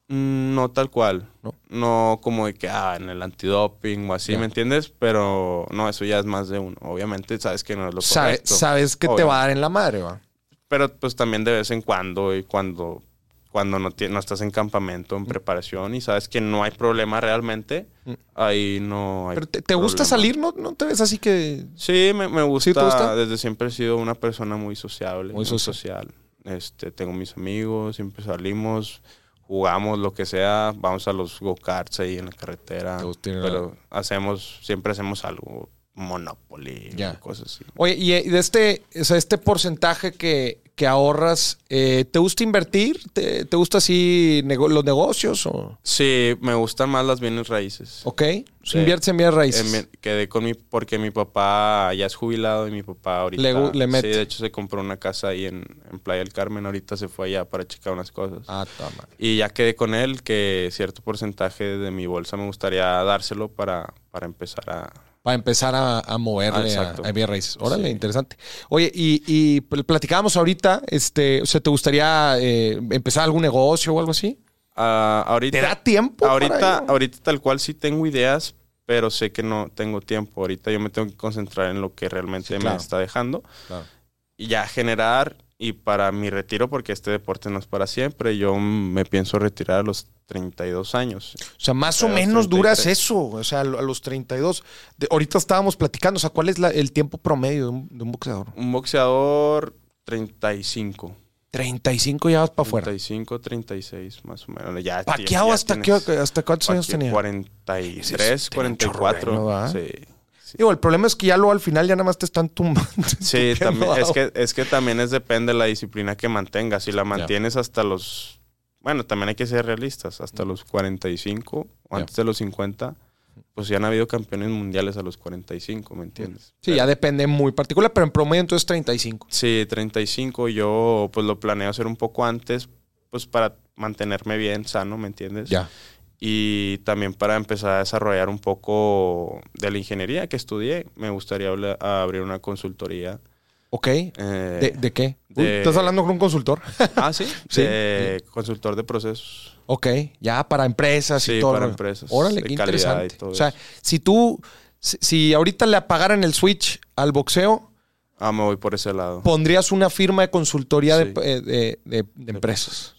Mm, No tal cual.
¿No?
¿No? como de que, ah, en el antidoping o así,
Ya.
¿me entiendes? Pero no, eso ya es más de uno. Obviamente sabes que no es lo
Sabe-
correcto.
sabes que te
Obviamente.
va a dar en la madre, va.
Pero pues también de vez en cuando y cuando, cuando no, ti- no estás en campamento, en preparación y sabes que no hay problema realmente,
Mm.
ahí no hay
Pero te, te gusta
problema.
salir, ¿no? ¿No te ves así que
Sí, me, me gusta.
¿Sí te gusta?
Desde siempre he sido una persona muy sociable.
Muy
Muy
social.
social. Este, tengo mis amigos, siempre salimos, jugamos lo que sea, vamos a los go-karts ahí en la carretera.
Te gusta ir a-
Pero hacemos, siempre hacemos algo, Monopoly,
Ya.
cosas así.
Oye, y eh, de este, o sea, este porcentaje que, que ahorras, eh, ¿te gusta invertir? ¿Te, te gusta así nego- los negocios? O,
Sí, me gustan más las bienes raíces.
¿Ok?
Sí.
Inviertes en bienes raíces.
Eh, me quedé con mi, porque mi papá ya es jubilado y mi papá ahorita.
Le gu- le mete.
Sí, de hecho se compró una casa ahí en, en Playa del Carmen, ahorita se fue allá para checar unas cosas.
Ah, toma.
Y ya quedé con él que cierto porcentaje de mi bolsa me gustaría dárselo para, para empezar a...
Para empezar a, a
Ah,
moverle a,
exacto.
a bienes raíces. Órale,
Sí.
interesante. Oye, y, y pl- platicábamos ahorita, este, o sea, ¿te gustaría eh, empezar algún negocio o algo así?
Ah, ahorita,
¿Te da tiempo? para
ahorita,
ello?
ahorita tal cual sí tengo ideas, pero sé que no tengo tiempo. Ahorita yo me tengo que concentrar en lo que
Sí,
realmente
claro.
me está dejando.
Claro.
Y ya generar y para mi retiro, porque este deporte no es para siempre, yo mm, me pienso retirar a los 32 años.
O sea, más o
Pero
menos
33.
duras eso, o sea, a lo- a los 32. De- ahorita estábamos platicando, o sea, ¿cuál es la- el tiempo promedio de un, de un boxeador?
Un boxeador 35.
35 ya vas para afuera.
35, 36, más o menos. Ya,
Paqueado
ya
hasta, qué,
tienes-
hasta cuántos años
Paqueo,
tenía.
43,
Tenía un chorro de
44.
años, ¿verdad?
sí.
Digo, el problema es que ya luego al final ya nada más te están tumbando.
Sí,
Estupendo,
también,
¿verdad?
es, que, es que también es depende de la disciplina que mantengas. Si la mantienes hasta los... Bueno, también hay que ser realistas. Hasta los 45 o
Ya.
antes de los 50, pues ya han habido campeones mundiales a los 45, ¿me entiendes?
Sí, ya depende muy particular, pero en promedio entonces 35.
Sí, 35. Yo pues lo planeo hacer un poco antes, pues para mantenerme bien sano, ¿me entiendes?
Ya.
y también para empezar a desarrollar un poco de la ingeniería que estudié. Me gustaría habla- abrir una consultoría.
¿Ok?
eh,
¿De, de qué? Uy,
de-
¿Estás hablando con un consultor?
Ah, sí.
Sí.
de consultor de procesos.
Ok, ya para empresas y
Sí,
todo.
para
¿no?
empresas,
Órale,
de
qué
calidad y
interesante.
todo
O sea,
eso.
si tú, si, si ahorita le apagaran el switch al boxeo,
Ah, me voy por ese lado.
pondrías una firma de consultoría de-
Sí.
eh, de, de- de empresas.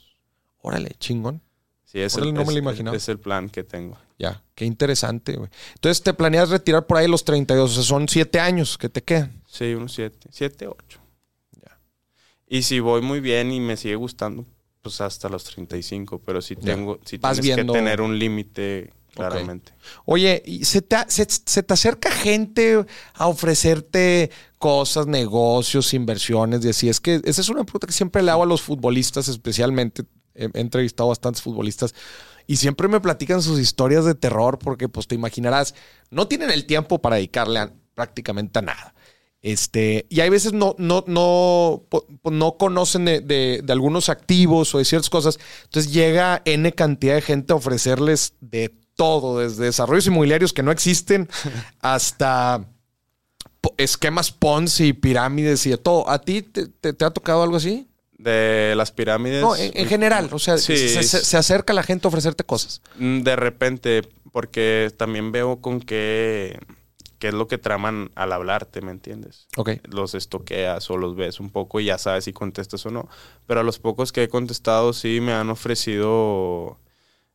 Órale, chingón.
Sí, es
Órale,
el,
no me lo
es-
imaginaba.
es el plan que tengo.
Ya, qué interesante, güey. Entonces te planeas retirar por ahí los 32, o sea, son 7 años que te quedan.
Sí, unos 7, 7, 8. Y si voy muy bien y me sigue gustando, pues hasta los 35. Pero si
Ya.
tengo, si
Vas
tienes
viendo-
que tener un límite, claramente.
Oye, ¿y se te, ha- se, se te acerca gente a ofrecerte cosas, negocios, inversiones y así? Es que esa es una pregunta que siempre le hago a los futbolistas, especialmente. He, he entrevistado a bastantes futbolistas y siempre me platican sus historias de terror porque, pues, te imaginarás, no tienen el tiempo para dedicarle a- prácticamente a nada. Este, y hay veces no, no, no, po- po- no conocen de, de- de algunos activos o de ciertas cosas. Entonces llega N cantidad de gente a ofrecerles de todo, desde desarrollos inmobiliarios que no existen hasta po- esquemas Ponzi, pirámides y de todo. ¿A ti te, te- te ha tocado algo así?
de las pirámides. pues,
No, en, en general, o sea,
Sí,
se, se-
es-
se acerca la gente a ofrecerte cosas.
Mm, De repente, porque también veo con qué, qué es lo que traman al hablarte, ¿me entiendes?
Ok.
Los estoqueas o los ves un poco y ya sabes si contestas o no. Pero a los pocos que he contestado sí me han ofrecido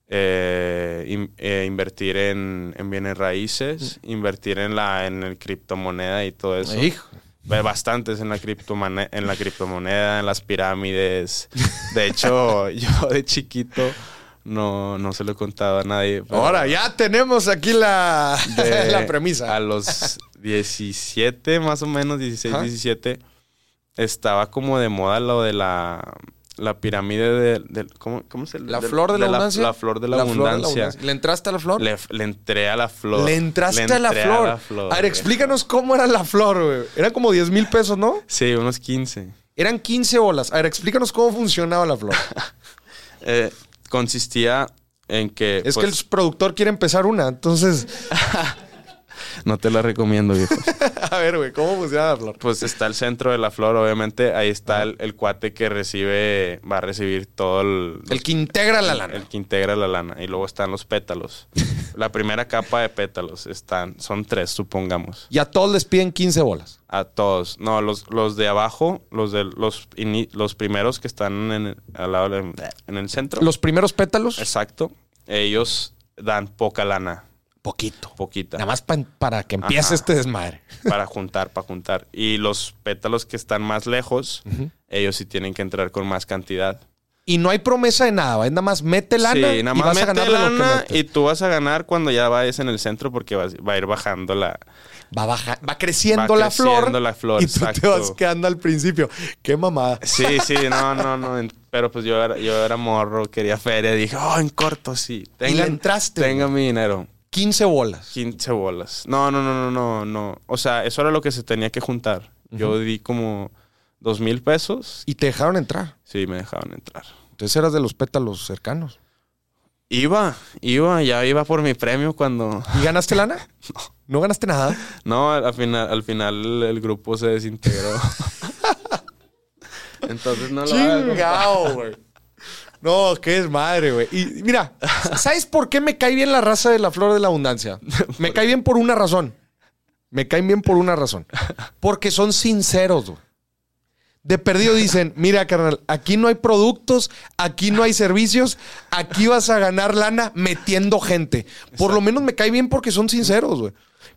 eh, in- eh, invertir en, en bienes raíces, invertir en la en el criptomoneda y todo eso.
Hijo.
Ve Bastantes en la, criptomone- en la criptomoneda, en las pirámides. De hecho, yo de chiquito no, no se lo he contado a nadie. pero
Ah. Ahora ya tenemos aquí la,
de-
la premisa.
A los 17, más o menos, 16,
Ajá.
17, estaba como de moda lo de la, la pirámide de, del- ¿cómo, cómo se
La
del-
flor de la abundancia.
La, flor de la,
La flor de la
abundancia.
abundancia. ¿Le entraste a la flor?
Le, le entré a la flor.
Le entraste a, la
entré
flor. a ver,
güey.
explícanos cómo era la flor, güey. Era como 10 mil pesos, ¿no?
Sí, unos 15.
Eran 15 bolas. A ver, explícanos cómo funcionaba la flor.
Eh, consistía en que.
Es que
pues,
el productor quiere empezar una, entonces.
No te la recomiendo, viejo.
A ver, güey, ¿cómo funciona la flor?
pues está el centro de la flor, obviamente. Ahí está el, el cuate que recibe, va a recibir todo el...
El que integra la lana.
El que integra la lana. Y luego están los pétalos. la primera capa de pétalos están, son tres, supongamos.
Y a todos les piden 15 bolas.
A todos. No, los, los de abajo, los de los, ini- los primeros que están en, al lado de- en el centro.
Los primeros pétalos,
Exacto. Ellos dan poca lana,
poquito.
poquita.
Nada más pa- para que empiece
Ajá.
este desmadre.
para juntar, para juntar. Y los pétalos que están más lejos, ellos sí tienen que entrar con más cantidad.
Y no hay promesa de nada, ¿va? es nada más mete lana
sí, nada
y vas
más
a
mete
ganar lo que
lana
metes.
y tú vas a ganar cuando ya vayas en el centro porque vas- va a ir bajando la...
Va, baja- va creciendo,
Va
la,
creciendo
flor,
la flor,
Y tú te
exacto.
vas quedando al principio. Qué mamada.
Sí, sí, no, no, no. en- Pero pues yo era, yo era morro, quería feria. Dije, oh, en corto, sí.
y le
Tengan,
entraste.
tengan mi dinero.
15 bolas.
15 bolas. No, no, no, no, no, no. O sea, eso era lo que se tenía que juntar. Yo di como dos mil pesos.
Y te dejaron entrar.
Sí, me dejaban entrar.
Entonces eras de los pétalos cercanos.
Iba, iba, ya iba por mi premio cuando...
¿Y ganaste lana? No. No ganaste nada.
No, al al final, al final el, el grupo se desintegró. Entonces no lo hagan, compa.
Chingao, güey. No, qué desmadre, güey. Y mira, ¿sabes por qué me cae bien la raza de la flor de la abundancia? Me cae bien por una razón. Me caen bien por una razón. Porque son sinceros, güey. De perdido dicen, mira, carnal, aquí no hay productos, aquí no hay servicios, aquí vas a ganar lana metiendo gente. Por lo menos me cae bien porque son sinceros, güey.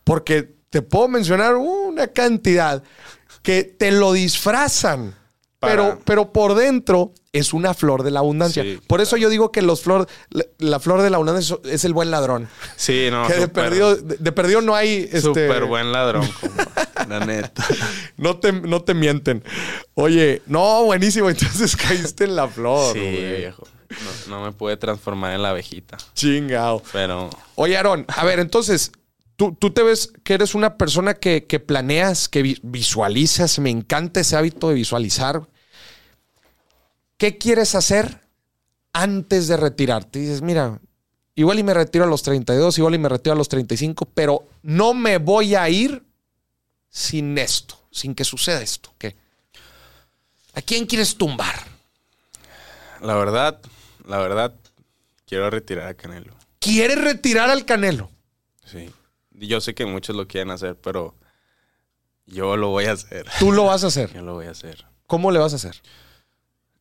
Porque te puedo mencionar una cantidad que te lo disfrazan,
Para-
pero, pero por dentro es una flor de la abundancia.
Sí,
por eso yo digo que los flor, la, la flor de la abundancia es el buen ladrón.
Sí, no.
que este, de
Ah, súper-
perdido, de, de perdido no hay... Este,
Súper buen ladrón, compa. la neta.
No te, no te mienten. Oye, no, buenísimo. Entonces caíste en la flor.
sí,
güey.
viejo. No, no me pude transformar en la abejita.
Chingao.
Pero
Oye, Aarón, a ver, entonces, tú, tú te ves que eres una persona que, que planeas, que vi- visualizas. Me encanta ese hábito de visualizar. ¿Qué quieres hacer antes de retirarte? Y dices, mira, igual y me retiro a los 32, igual y me retiro a los 35, pero no me voy a ir sin esto, sin que suceda esto. ¿Qué? ¿A quién quieres tumbar?
la verdad, la verdad, quiero retirar a Canelo.
¿Quieres retirar al Canelo?
Sí. Yo sé que muchos lo quieren hacer, pero yo lo voy a hacer.
Tú lo vas a hacer.
Yo lo voy a hacer.
¿Cómo le vas a hacer?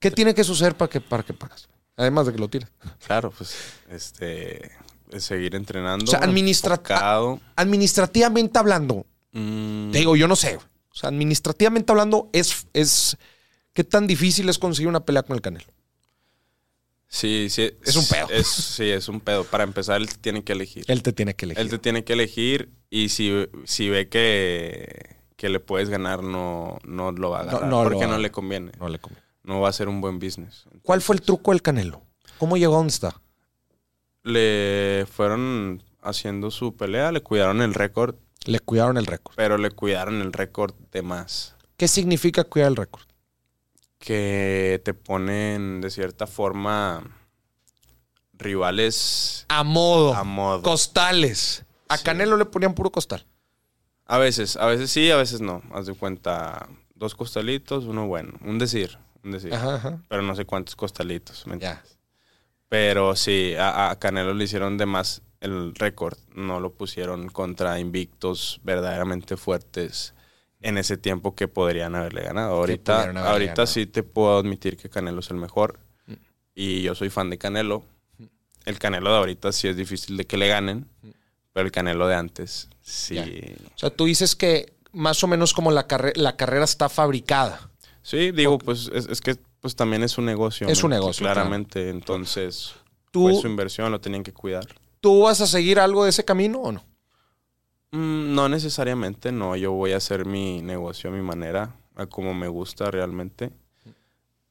¿Qué tiene que suceder para que, para que pagas? Además de que lo tires.
Claro, pues, este, seguir entrenando.
O sea, administra-
enfocado.
Administrativamente hablando,
Mm,
te digo, yo no sé. güey. O sea, administrativamente hablando, es, es. ¿Qué tan difícil es conseguir una pelea con el Canelo?
Sí, sí.
Es un pedo.
es- sí, es un pedo. Para empezar, él te tiene que elegir.
Él te tiene que elegir.
Él te tiene que elegir y si, si ve que, que le puedes ganar, no, no lo va a
No,
ganar.
no lo
porque
va a-
no le conviene.
No le conviene.
No va a ser un buen business.
¿Cuál fue el truco del Canelo? ¿Cómo llegó a donde está?
Le fueron haciendo su pelea, le cuidaron el récord,
Le cuidaron el récord.
pero le cuidaron el récord de más.
¿Qué significa cuidar el récord?
Que te ponen de cierta forma rivales
A modo.
a modo.
Costales. A
Sí.
Canelo le ponían puro costal.
A veces, a veces sí, a veces no. Haz de cuenta, dos costalitos, uno bueno. Un decir, un un decir.
Ajá, ajá.
Pero no sé cuántos costalitos, ¿me
Ya.
entiendes? Pero sí, a, a Canelo le hicieron de más el récord. No lo pusieron contra invictos verdaderamente fuertes en ese tiempo que podrían haberle ganado. Ahorita,
pudieron haberle
ahorita
ganado. Mm.
sí te puedo admitir que Canelo es el mejor. Y yo soy fan de Canelo. El Canelo de ahorita sí es difícil de que le ganen.
Mm.
Pero el Canelo de antes, sí.
O sea, tú dices que más o menos como la, carre- la carrera está fabricada.
Sí, digo, pues es, es que pues también es un negocio.
Es
¿no?
un negocio,
Claramente, entonces,
¿Tú,
pues su inversión lo tenían que cuidar.
¿Tú vas a seguir algo de ese camino o no?
Mm, no necesariamente, no. Yo voy a hacer mi negocio a mi manera, a como me gusta realmente.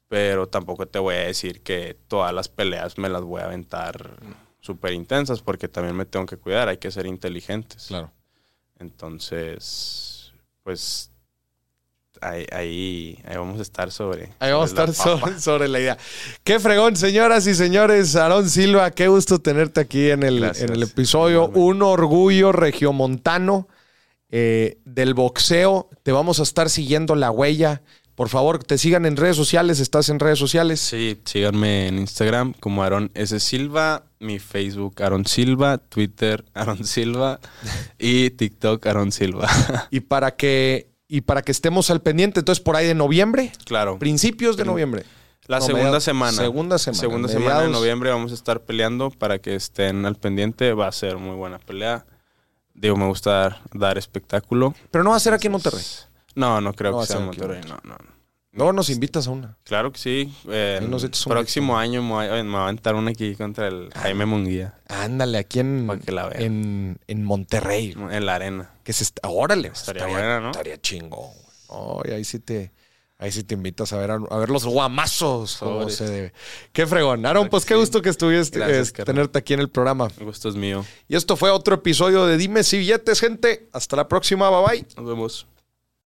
Pero tampoco te voy a decir que todas las peleas me las voy a aventar súper intensas, porque también me tengo que cuidar, hay que ser inteligentes.
Claro.
Entonces, pues ahí, ahí, ahí vamos a estar sobre.
Ahí vamos a
sobre la
estar so-
papa.
sobre, la idea. Qué fregón, señoras y señores. Aarón Silva, qué gusto tenerte aquí en el,
Gracias.
en el episodio.
Igualmente.
Un orgullo regiomontano eh, del boxeo. Te vamos a estar siguiendo la huella. Por favor, te sigan en redes sociales. ¿Estás en redes sociales?
Sí, síganme en Instagram como Aaron S. Silva, mi Facebook Aaron Silva, Twitter Aaron Silva y TikTok Aaron Silva.
Y para que y para que estemos al pendiente, entonces por ahí de noviembre,
Claro.
principios de
Prin-
noviembre.
La
No,
segunda
mediados-
semana.
segunda semana,
Segunda semana de
mediados.
noviembre vamos a estar peleando para que estén al pendiente. Va a ser muy buena pelea. Digo, me gusta dar, dar espectáculo.
Pero no va a ser aquí en Monterrey.
No, no creo
No va a
que sea
ser
en
aquí,
Monterrey. No, no, no.
No nos invitas a una.
Claro que sí. Eh,
Ahí nos echas un Ah.
próximo año me voy- me va a aventar una aquí contra el Jaime Munguía
Ándale, aquí en,
Para que la vean.
en, en Monterrey.
en la arena.
Que se está, órale, pues,
Estaría buena, ¿no?
Estaría chingón. güey. Ay, ahí sí te, ahí sí te invitas a ver, a, a ver los guamazos. Como
Sobres.
se debe. Qué fregón. Aaron,
Claro
pues
que
qué
sí.
gusto que estuviste,
Gracias,
eh,
carnal.
tenerte aquí en el programa.
El gusto es mío.
Y esto fue otro episodio de Dime si billetes, gente. Hasta la próxima, bye bye.
Nos vemos.